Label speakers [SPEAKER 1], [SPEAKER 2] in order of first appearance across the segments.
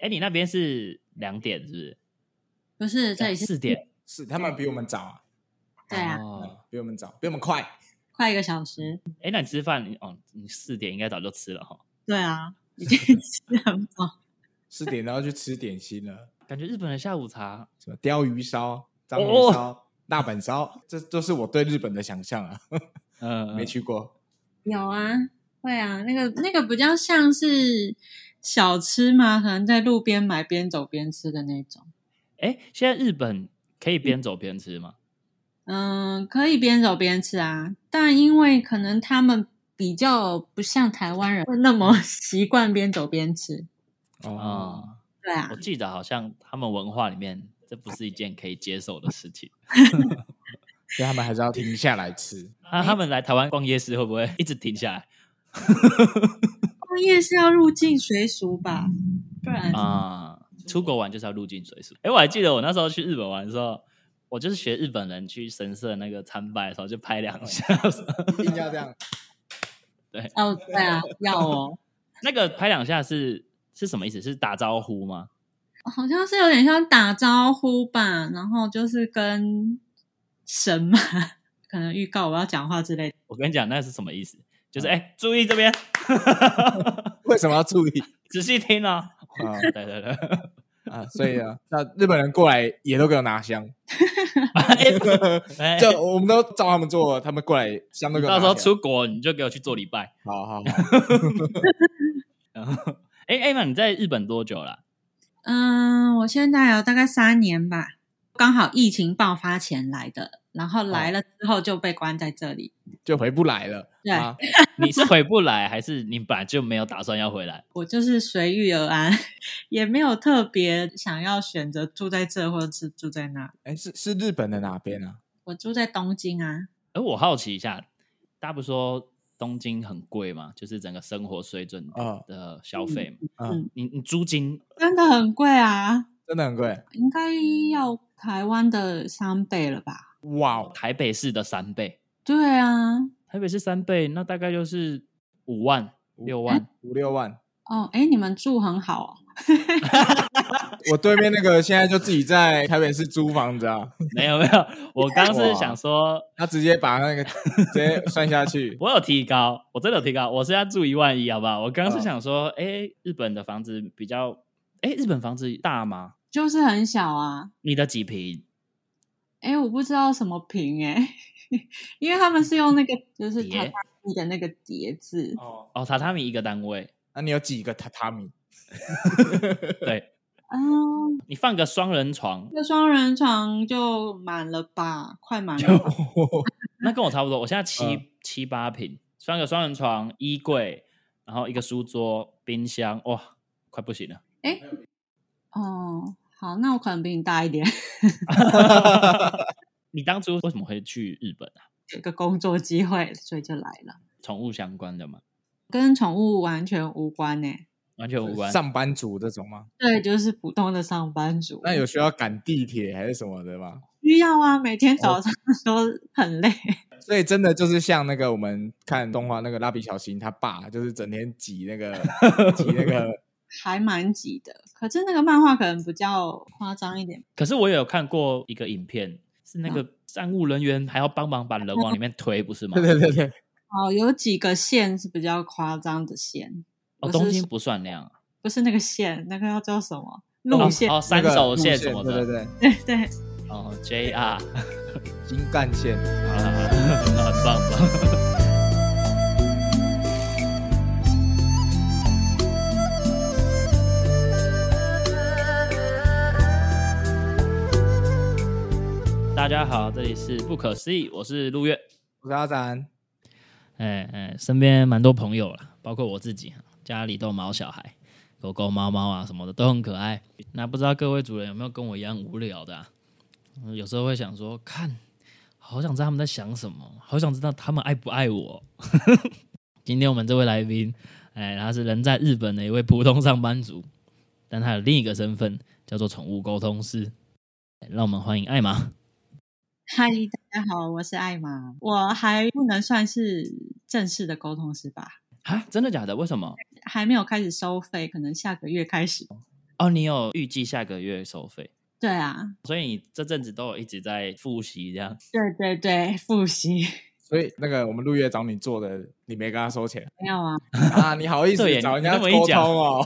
[SPEAKER 1] 哎，你那边是两点是不是？
[SPEAKER 2] 不是这里是
[SPEAKER 1] 四点。
[SPEAKER 3] 是他们比我们早啊，
[SPEAKER 2] 对啊，
[SPEAKER 1] 嗯哦，
[SPEAKER 3] 比我们早，比我们快。
[SPEAKER 2] 快一个小时。
[SPEAKER 1] 哎，那你吃饭你哦，你四点应该早就吃了哈。
[SPEAKER 2] 对啊，已经吃很饱。
[SPEAKER 3] 四点然后去吃点心了，
[SPEAKER 1] 感觉日本的下午茶
[SPEAKER 3] 什么鲷鱼烧、章鱼
[SPEAKER 1] 哦
[SPEAKER 3] 烧、大阪烧，这都是我对日本的想象啊，
[SPEAKER 1] 嗯，
[SPEAKER 3] 没去过。
[SPEAKER 2] 有啊，会啊，那个那个比较像是小吃嘛，可能在路边买，边走边吃的那种。
[SPEAKER 1] 哎，现在日本可以边走边吃吗？
[SPEAKER 2] 嗯，可以边走边吃啊，但因为可能他们比较不像台湾人会那么 习惯边走边吃。
[SPEAKER 1] 哦，
[SPEAKER 2] 对啊
[SPEAKER 1] 我，记得好像他们文化里面这不是一件可以接受的事 情。
[SPEAKER 3] 所以他们还是要停下来 吃。
[SPEAKER 1] 那他们来台湾逛夜市会不会一直停下来
[SPEAKER 2] 逛夜市要入境随俗吧，嗯不然
[SPEAKER 1] 啊？出国玩就是要入境随俗。哎，我还记得我那时候去日本玩的时候，我就是学日本人去神社那个参拜的时候就拍两 下，
[SPEAKER 3] 一定要这样，
[SPEAKER 2] 哦，对啊，要哦，
[SPEAKER 1] 那个拍两下是是什么意思？是打招呼吗？
[SPEAKER 2] 好像是有点像打招呼吧，然后就是跟神嘛， 可能预告我要讲话之类的。
[SPEAKER 1] 我跟你讲，那是什么意思？
[SPEAKER 3] 嗯
[SPEAKER 1] 就是哎、注意这边，
[SPEAKER 3] 为什么要注意
[SPEAKER 1] 仔细听 哦。
[SPEAKER 3] 啊
[SPEAKER 1] 对对对，
[SPEAKER 3] 啊？所以啊，那日本人过来也都给我拿香，
[SPEAKER 1] 哎
[SPEAKER 3] 就我们都照他们做，他们过来香都给我拿
[SPEAKER 1] 到
[SPEAKER 3] 香。
[SPEAKER 1] 时候出国你就给我去做礼拜。
[SPEAKER 3] 好好好，
[SPEAKER 1] 然后，哎、艾玛，你在日本多久啦、
[SPEAKER 2] 嗯，我现在有大概三年吧，刚好疫情爆发前来的，然后来了之后就被关在这里。
[SPEAKER 3] 就回不来了。
[SPEAKER 2] 对
[SPEAKER 3] 啊，
[SPEAKER 1] 你是回不来，还是你本来就没有打算要回来？
[SPEAKER 2] 我就是随遇而安， 也没有特别想要选择住在这或者是住在那。
[SPEAKER 3] 哎，是是日本的哪边啊？
[SPEAKER 2] 我住在东京啊，
[SPEAKER 1] 哎，我好奇一下，大家不说东京很贵嘛，就是整个生活水准
[SPEAKER 3] 啊
[SPEAKER 1] 的消费嘛。
[SPEAKER 3] 嗯，
[SPEAKER 1] 你你租金
[SPEAKER 2] 真的很贵啊，
[SPEAKER 3] 真的很贵。
[SPEAKER 2] 应该要台湾的三倍了吧？
[SPEAKER 3] 哇哦，
[SPEAKER 1] 台北市的三倍，
[SPEAKER 2] 对啊，
[SPEAKER 1] 台北市三倍，那大概就是五万六万。
[SPEAKER 3] 五六万。
[SPEAKER 2] 哦，哎，你们住很好哦。
[SPEAKER 3] 我对面那个现在就自己在台北市租房子啊，
[SPEAKER 1] 没有没有，我刚刚是想说，
[SPEAKER 3] 他直接把那个直接算下去。
[SPEAKER 1] 我有提高，我真的有提高，我现在住一万一，好不好？我刚刚是想说，哎、日本的房子比较，哎，日本房子大吗？
[SPEAKER 2] 就是很小啊。
[SPEAKER 1] 你的几平？
[SPEAKER 2] 哎，我不知道什么瓶哎， 因为他们是用那 个就是
[SPEAKER 1] 碟
[SPEAKER 2] 榻榻米的那个碟子，
[SPEAKER 3] 哦，
[SPEAKER 1] 哦，榻榻米一个单位，
[SPEAKER 3] 那你有几个榻榻米？
[SPEAKER 1] 对
[SPEAKER 2] 啊，
[SPEAKER 1] 你放个双人床
[SPEAKER 2] 这，个双人床就满了吧，快满
[SPEAKER 1] 就
[SPEAKER 2] 了吧。
[SPEAKER 1] 那跟我差不多，我现在七、
[SPEAKER 3] 嗯
[SPEAKER 1] 七八平，放个双人床、衣柜，然后一个书桌、冰箱，哇，快不行了。
[SPEAKER 2] 哦，好，那我可能比你大一点，
[SPEAKER 1] 你当初为什么会去日本啊？
[SPEAKER 2] 有一个工作机会，所以就来了，
[SPEAKER 1] 宠物相关的吗？
[SPEAKER 2] 跟宠物完全无关呢。
[SPEAKER 1] 完全无关。
[SPEAKER 3] 上班族这种吗？
[SPEAKER 2] 对，就是普通的上班族。
[SPEAKER 3] 那有需要赶地铁还是什么的吗？
[SPEAKER 2] 需要啊，每天
[SPEAKER 3] 哦
[SPEAKER 2] 早上 都很累。
[SPEAKER 3] 所以真的就是像那个我们看动画那个蜡笔小新他爸，就是整天挤 那个挤那个，
[SPEAKER 2] 还蛮挤的。可是那个漫画可能比较夸张一点，
[SPEAKER 1] 可是我也有看过一个影片，是那个站务人员还要帮忙把人往里面推，不是吗？
[SPEAKER 3] 嗯 对对对对，
[SPEAKER 2] 哦，有几个线是比较夸张的线，
[SPEAKER 1] 哦，
[SPEAKER 2] 我是
[SPEAKER 1] 东京不算那样，啊
[SPEAKER 2] 不是那个线，那个要叫什么路线？
[SPEAKER 1] 哦，哦
[SPEAKER 3] 那
[SPEAKER 1] 三
[SPEAKER 3] 个
[SPEAKER 1] 手
[SPEAKER 3] 路
[SPEAKER 1] 线
[SPEAKER 3] 线
[SPEAKER 1] 什么的，
[SPEAKER 3] 对对对，
[SPEAKER 2] 对对，
[SPEAKER 1] 哦，JR，
[SPEAKER 3] 新干线。
[SPEAKER 1] 好了好了，很棒很棒。大家好，这里是不可思议，我是陆月。
[SPEAKER 3] 我是阿展，
[SPEAKER 1] 哎哎，身边蛮多朋友啦，包括我自己，家里都有毛小孩，狗狗、猫猫啊什么的都很可爱。那不知道各位主人有没有跟我一样无聊的、啊？嗯有时候会想说，看，好想知道他们在想什么，好想知道他们爱不爱我。 今天我们这位来宾，哎，他是人在日本的一位普通上班族，但他有另一个身份叫做宠物沟通师。哎让我们欢迎艾玛。
[SPEAKER 2] 嗨，大家好，我是艾玛，我还不能算是正式的沟通师吧，
[SPEAKER 1] 啊，真的假的？为什么？
[SPEAKER 2] 还没有开始收费，可能下个月开始。
[SPEAKER 1] 哦，你有预计下个月收费，
[SPEAKER 2] 对啊，
[SPEAKER 1] 所以你这阵子都有一直在复习这样。
[SPEAKER 2] 对对对，复习
[SPEAKER 3] 所以那个我们陆月找你做的，你没跟他收钱
[SPEAKER 2] 没有啊？
[SPEAKER 3] 啊？你好意思
[SPEAKER 1] 对耶
[SPEAKER 3] 找人
[SPEAKER 1] 你
[SPEAKER 3] 家
[SPEAKER 1] 那么一
[SPEAKER 3] 沟通
[SPEAKER 1] 讲
[SPEAKER 3] 哦？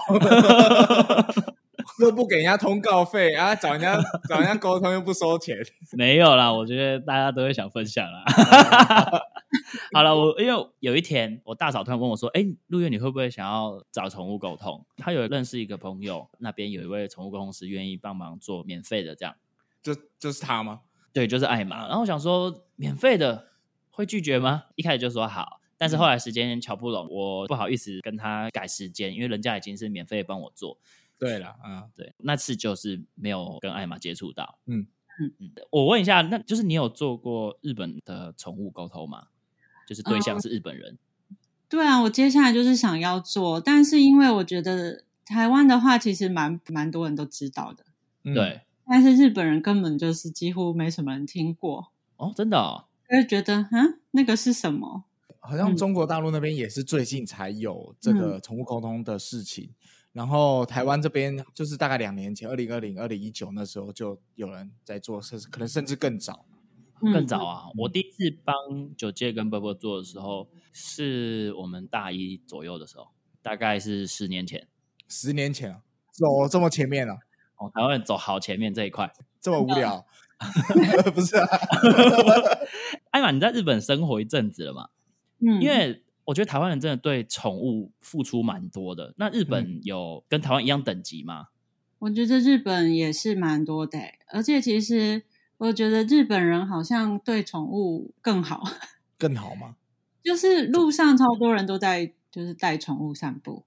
[SPEAKER 3] 又不给人家通告费啊？找人家找人家沟通又不收钱，
[SPEAKER 1] 没有啦，我觉得大家都会想分享啦。 好了，我因为有一天我大嫂突然问我说：“哎、陆月，你会不会想要找宠物沟通？”她有认识一个朋友，那边有一位宠物公司愿意帮忙做免费的这样。
[SPEAKER 3] 就就是他吗？
[SPEAKER 1] 对，就是艾玛。然后我想说，免费的会拒绝吗？一开始就说好，但是后来时间瞧不拢，我不好意思跟他改时间，因为人家已经是免费帮我做。
[SPEAKER 3] 对了，啊，
[SPEAKER 1] 对，那次就是没有跟艾玛接触到。
[SPEAKER 3] 嗯
[SPEAKER 2] 嗯
[SPEAKER 1] 嗯，我问一下，那就是你有做过日本的宠物沟通吗？就是对
[SPEAKER 2] 嗯
[SPEAKER 1] 象是日本人，
[SPEAKER 2] 对啊，我接下来就是想要做，但是因为我觉得台湾的话，其实蛮蛮多人都知道的，
[SPEAKER 3] 嗯，
[SPEAKER 1] 对
[SPEAKER 2] 但是日本人根本就是几乎没什么人听过，
[SPEAKER 1] 哦，真的哦，
[SPEAKER 2] 就会觉得啊，那个是什么？
[SPEAKER 3] 好像
[SPEAKER 2] 嗯
[SPEAKER 3] 中国大陆那边也是最近才有这
[SPEAKER 2] 嗯
[SPEAKER 3] 个宠物沟通的事情，然后台湾这边就是大概两年前，二零二零、二零一九那时候就有人在做，甚至可能甚至更早。
[SPEAKER 2] 嗯
[SPEAKER 1] 更早啊！我第一次帮九界跟波波做的时候，是我们大一左右的时候，大概是十年前。
[SPEAKER 3] 十年前啊，走这么前面了、啊，
[SPEAKER 1] 哦，台湾人走好前面这一块。
[SPEAKER 3] 这么无聊， 不是啊？
[SPEAKER 1] 艾玛，你在日本生活一阵子了嘛？
[SPEAKER 2] 嗯，
[SPEAKER 1] 因为我觉得台湾人真的对宠物付出蛮多的。那日
[SPEAKER 2] 嗯
[SPEAKER 1] 本有跟台湾一样等级吗？
[SPEAKER 2] 我觉得日本也是蛮多的欸、而且其实我觉得日本人好像对宠物更好，
[SPEAKER 3] 更好吗？
[SPEAKER 2] 就是路上超多人都在就是带宠物散步。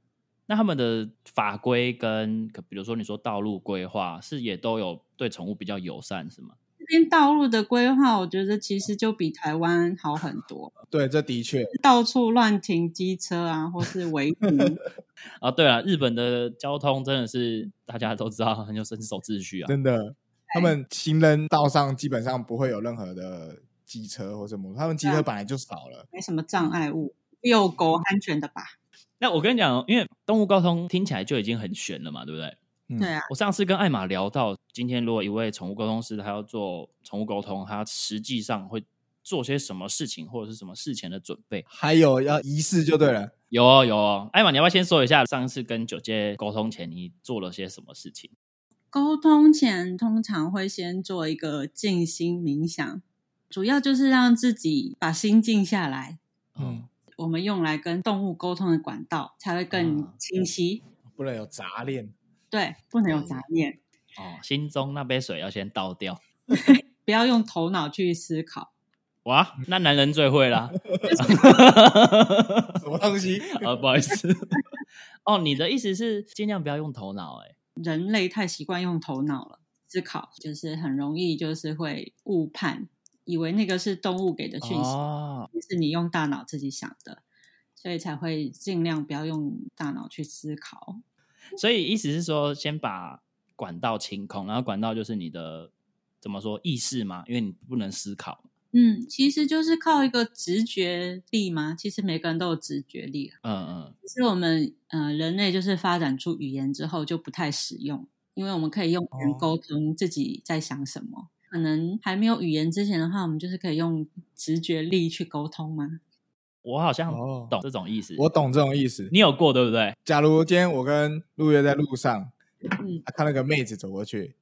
[SPEAKER 1] 那他们的法规跟可比如说你说道路规划是也都有对宠物比较友善是吗？
[SPEAKER 2] 这边道路的规划，我觉得其实就比台湾好很多，
[SPEAKER 3] 对，这的确，
[SPEAKER 2] 到处乱停机车啊，或是 违停，
[SPEAKER 1] 啊，对了，日本的交通真的是大家都知道 很有遵守秩序啊。
[SPEAKER 3] 真的，他们行人道上基本上不会有任何的机车或什么，他们机车本来就少了。
[SPEAKER 2] 没什么障碍物，遛狗安全的吧？
[SPEAKER 1] 那我跟你讲哦，因为动物沟通听起来就已经很悬了嘛，对不对？
[SPEAKER 3] 嗯
[SPEAKER 2] 对啊，
[SPEAKER 1] 我上次跟艾玛聊到，今天如果一位宠物沟通师他要做宠物沟通，他实际上会做些什么事情，或者是什么事前的准备？
[SPEAKER 3] 还有要仪式就对了，
[SPEAKER 1] 有哦有哦，艾玛，你要不要先说一下上次跟九街沟通前你做了些什么事情？
[SPEAKER 2] 沟通前通常会先做一个静心冥想，主要就是让自己把心静下来，
[SPEAKER 3] 嗯
[SPEAKER 1] 嗯，
[SPEAKER 2] 我们用来跟动物沟通的管道才会更
[SPEAKER 1] 啊
[SPEAKER 2] 清晰。
[SPEAKER 3] 哦不能有杂念。
[SPEAKER 2] 对，不能有杂念，
[SPEAKER 1] 哦，心中那杯水要先倒掉。
[SPEAKER 2] 不要用头脑去思考。
[SPEAKER 1] 哇，那男人最会啦。
[SPEAKER 3] 什么东西？
[SPEAKER 1] 啊，不好意思。 哦，你的意思是尽量不要用头脑、哎，
[SPEAKER 2] 人类太习惯用头脑了，思考就是很容易就是会误判，以为那个是动物给的讯息，
[SPEAKER 1] 哦，
[SPEAKER 2] 其实你用大脑自己想的，所以才会尽量不要用大脑去思考。
[SPEAKER 1] 所以意思是说，先把管道清空，然后管道就是你的怎么说意识嘛，因为你不能思考。
[SPEAKER 2] 嗯，其实就是靠一个直觉力嘛。其实每个人都有直觉力啊，
[SPEAKER 1] 嗯嗯，
[SPEAKER 2] 只是我们呃人类就是发展出语言之后就不太使用，因为我们可以用语言沟通自己在想什么。可能还没有语言之前的话，我们就是可以用直觉力去沟通嘛。
[SPEAKER 1] 我好像
[SPEAKER 3] 哦
[SPEAKER 1] 懂这种意思。
[SPEAKER 3] 我懂这种意思。
[SPEAKER 1] 你有过对不 对？
[SPEAKER 3] 假如今天我跟陆月在路上，啊
[SPEAKER 2] 嗯，
[SPEAKER 3] 看那个妹子走过 去，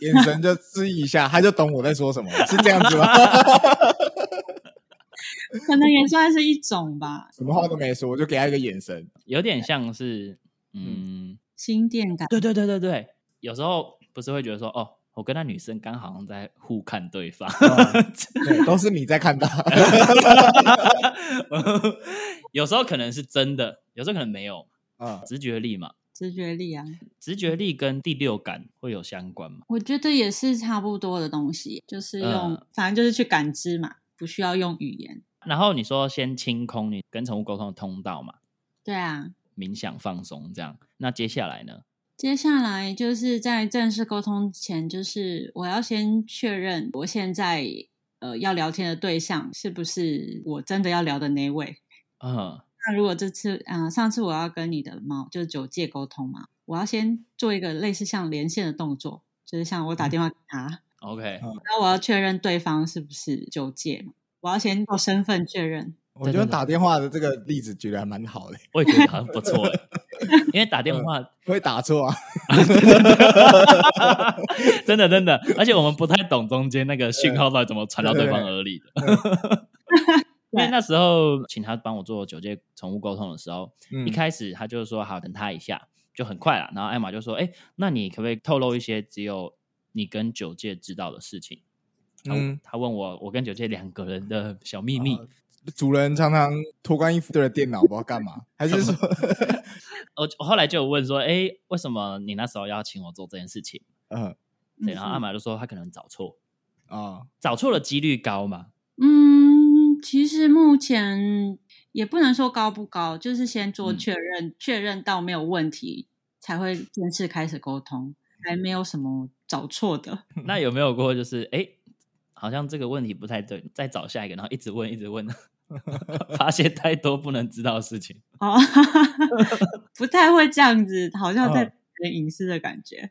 [SPEAKER 3] 眼神就示意一下，她就懂我在说什么了，是这样 子吗？
[SPEAKER 2] 嗯可能也算是一种吧，
[SPEAKER 3] 什么话都没说，我就给她一个眼 神。
[SPEAKER 1] 有点像是，嗯，
[SPEAKER 2] 心电感。
[SPEAKER 1] 对对对对对，有时候不是会觉得说，哦，我跟那女生刚好像在互看对方，
[SPEAKER 3] 哦对，都是你在 看她。
[SPEAKER 1] 有时候可能是真的，有时候可能没有，
[SPEAKER 3] 嗯，
[SPEAKER 1] 直觉力嘛，
[SPEAKER 2] 直觉力啊，
[SPEAKER 1] 直觉力跟第六感会有相关嘛？
[SPEAKER 2] 我觉得也是差不多的东西，就是用，
[SPEAKER 1] 嗯
[SPEAKER 2] 反正就是去感知嘛，不需要用语言。
[SPEAKER 1] 然后你说先清空你跟宠物沟通的通道嘛，
[SPEAKER 2] 对啊，
[SPEAKER 1] 冥想放松这样，那接下来呢？
[SPEAKER 2] 接下来就是在正式沟通前，就是我要先确认我现在呃要聊天的对象是不是我真的要聊的那位。
[SPEAKER 1] 嗯
[SPEAKER 2] 那如果这次啊、呃上次我要跟你的猫就是九界沟通嘛，我要先做一个类似像连线的动作，就是像我打电话给他，
[SPEAKER 1] OK，
[SPEAKER 2] 然后我要确认对方是不是九戒嘛，我要先做身份确认。
[SPEAKER 3] 我觉得打电话的这个例子举得还蛮好的，
[SPEAKER 1] 我也觉得好像不错哎，因为打电话
[SPEAKER 3] 不会打错啊。
[SPEAKER 1] 真的真的，而且我们不太懂中间那个讯号到底怎么传到对方耳里的。 因为那时候请他帮我做九界宠物沟通的时候，
[SPEAKER 3] 嗯
[SPEAKER 1] 一开始他就说好，等他一下，就很快了。然后艾玛就说：“哎、那你可不可以透露一些只有你跟九界知道的事情？”他、
[SPEAKER 3] 嗯
[SPEAKER 1] 他问我我跟九界两个人的小秘密，
[SPEAKER 3] 主人常常脱光衣服对着电脑，不知道干嘛，还是说，
[SPEAKER 1] 我我后来就有问说：“哎、为什么你那时候要请我做这件事情
[SPEAKER 3] 嗯？”
[SPEAKER 1] 对，然后艾
[SPEAKER 2] 嗯
[SPEAKER 1] 玛就说他可能找错，
[SPEAKER 3] 啊，
[SPEAKER 1] 找错的几率高嘛。
[SPEAKER 2] 嗯，其实目前也不能说高不高，就是先做
[SPEAKER 1] 嗯
[SPEAKER 2] 确认，确认到没有问题才会正式开始沟通，还没有什么找错的。
[SPEAKER 1] 那有没有过就是哎、诶好像这个问题不太对，再找下一个，然后一直问一直问， 发现太多不能知道的事情。
[SPEAKER 2] 哦， 不太会这样子，好像在
[SPEAKER 3] 嗯
[SPEAKER 2] 别人隐私的感觉。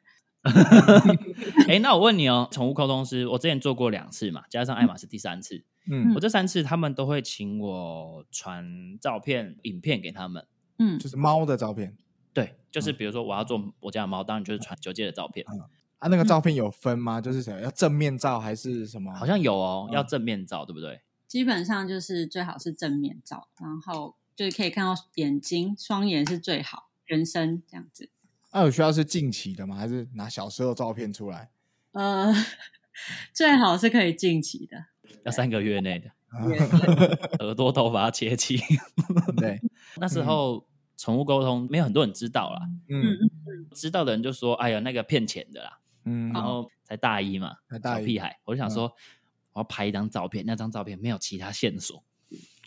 [SPEAKER 1] 哎、那我问你哦，宠物沟通师，我之前做过两次嘛，加上艾玛是第三次，
[SPEAKER 3] 嗯
[SPEAKER 1] 我，这三次他们都会请我传照片、影片给他们。
[SPEAKER 2] 嗯
[SPEAKER 3] 就是猫的照片
[SPEAKER 1] 对，就是
[SPEAKER 3] 嗯
[SPEAKER 1] 比如说我要做我家的猫，当然就是传九戒的照片，
[SPEAKER 3] 啊，那个照片有分吗？就是什么要正面照还是什么？
[SPEAKER 1] 好像有哦，
[SPEAKER 3] 嗯
[SPEAKER 1] 要正面照，对不对？
[SPEAKER 2] 基本上就是最好是正面照，然后就是可以看到眼睛，双眼是最好，人身这样子。
[SPEAKER 3] 那啊有需要是近期的吗？还是拿小时候照片出来？
[SPEAKER 2] 呃， 最好是可以近期的，
[SPEAKER 1] 要三个月 内的，
[SPEAKER 2] 也
[SPEAKER 1] 耳朵头发切切。
[SPEAKER 3] 对，
[SPEAKER 1] 那时候宠物沟通没有很多人知道啦，
[SPEAKER 3] 嗯
[SPEAKER 1] 知道的人就说：“哎呀，那个骗钱的啦。”
[SPEAKER 3] 嗯，
[SPEAKER 1] 然后才大一嘛，
[SPEAKER 3] 才大
[SPEAKER 1] 小
[SPEAKER 3] 一
[SPEAKER 1] 屁孩，我就想
[SPEAKER 3] 嗯
[SPEAKER 1] 说，我要拍一张照片，那张照片没有其他线索，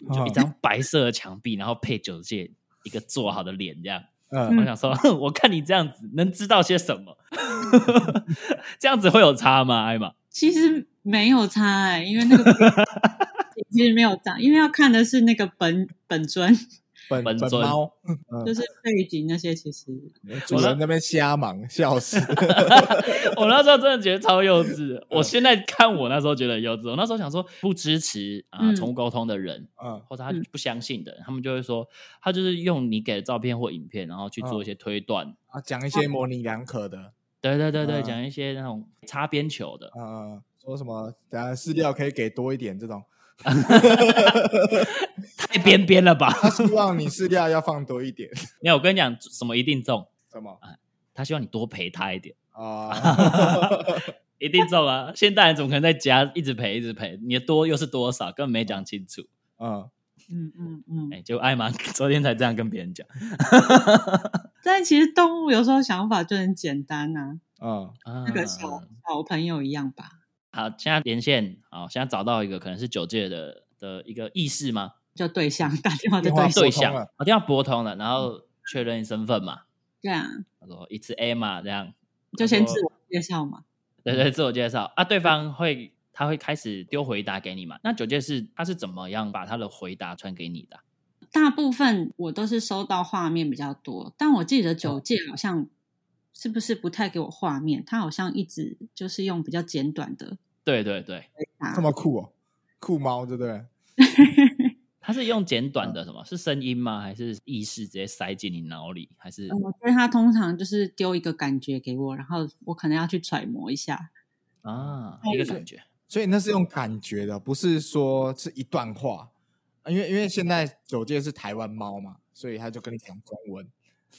[SPEAKER 3] 哦就
[SPEAKER 1] 一张白色的墙壁，然后配九戒一个做好的脸这样。
[SPEAKER 3] 嗯
[SPEAKER 1] 我想说， 我看你这样子能知道些什 么？这样子会有差吗？艾玛，
[SPEAKER 2] 其实没有差哎、因为那 个其实没有差，因为要看的是那个本本尊，
[SPEAKER 3] 本
[SPEAKER 1] 本
[SPEAKER 3] 本
[SPEAKER 1] 尊
[SPEAKER 3] 猫
[SPEAKER 2] 就是背景那些，其实
[SPEAKER 3] 主人那边瞎忙，笑死。
[SPEAKER 1] 我那时候真的觉得超幼稚。我现在看我那时候觉得很幼稚，我那时候想说，不支持啊
[SPEAKER 2] 嗯
[SPEAKER 1] 宠物沟通的人，
[SPEAKER 3] 嗯
[SPEAKER 1] 或者他
[SPEAKER 2] 嗯
[SPEAKER 1] 不相信的人，他们就会说，他就是用你给的照片或影片，然后
[SPEAKER 3] 哦
[SPEAKER 1] 去做一些推断，
[SPEAKER 3] 啊，讲一些模棱两可的，
[SPEAKER 1] 对对对对，
[SPEAKER 3] 嗯，
[SPEAKER 1] 讲一些那种擦边球的
[SPEAKER 3] 呃，说什么等下饲料可以给多一点这种，
[SPEAKER 1] 太边边了吧？
[SPEAKER 3] 他希望你饲料要放多一点，
[SPEAKER 1] 没有，我跟你讲，什么一定中，
[SPEAKER 3] 什么
[SPEAKER 1] 他希望你多陪他一点，
[SPEAKER 3] 啊？
[SPEAKER 1] 一定中啊！现代人怎么可能在家一直陪一直陪？你的多又是多少，根本没讲清楚。
[SPEAKER 3] 嗯，
[SPEAKER 2] 嗯嗯嗯
[SPEAKER 1] 哎、。就艾玛 昨天才这样跟别人讲
[SPEAKER 2] 但其实动物有时候想法就很简单呐、
[SPEAKER 3] 嗯
[SPEAKER 1] 啊
[SPEAKER 2] 那。个小小朋友一样吧。
[SPEAKER 1] 好，现在连线，好，现在找到一个可能是九届的的一个意识吗？
[SPEAKER 2] 就对象打电话的
[SPEAKER 3] 电话
[SPEAKER 2] 对
[SPEAKER 1] 对
[SPEAKER 2] 象，
[SPEAKER 3] 拨通
[SPEAKER 1] 象，
[SPEAKER 3] 了
[SPEAKER 1] 我一定要拨通了，然后确认身份嘛。
[SPEAKER 2] 对啊，
[SPEAKER 1] 他说一次 A 嘛，这样
[SPEAKER 2] 就
[SPEAKER 3] 哦
[SPEAKER 2] 先自我介绍嘛。
[SPEAKER 1] 对
[SPEAKER 2] 嗯
[SPEAKER 1] 对，自我介绍啊，对方会他会开始丢回答给你嘛？那九戒是他是怎么样把他的回答传给你的啊？
[SPEAKER 2] 大部分我都是收到画面比较多，但我记得
[SPEAKER 3] 哦
[SPEAKER 2] 九界好像是不是不太给我画面，他好像一直就是用比较简短的
[SPEAKER 1] 对对对，
[SPEAKER 2] 回答
[SPEAKER 3] 这。么酷哦，酷猫对不对？
[SPEAKER 1] 他是用简短的什么？是声音吗？还是意识直接塞进你脑里？还是
[SPEAKER 2] 嗯我觉得他通常就是丢一个感觉给我，然后我可能要去揣摩一下。
[SPEAKER 1] 啊
[SPEAKER 2] 嗯
[SPEAKER 1] 一个感觉？
[SPEAKER 3] 所以那是用感觉的，不是说是一段话，啊因为因为现在九界是台湾猫嘛，所以他就跟你讲中文。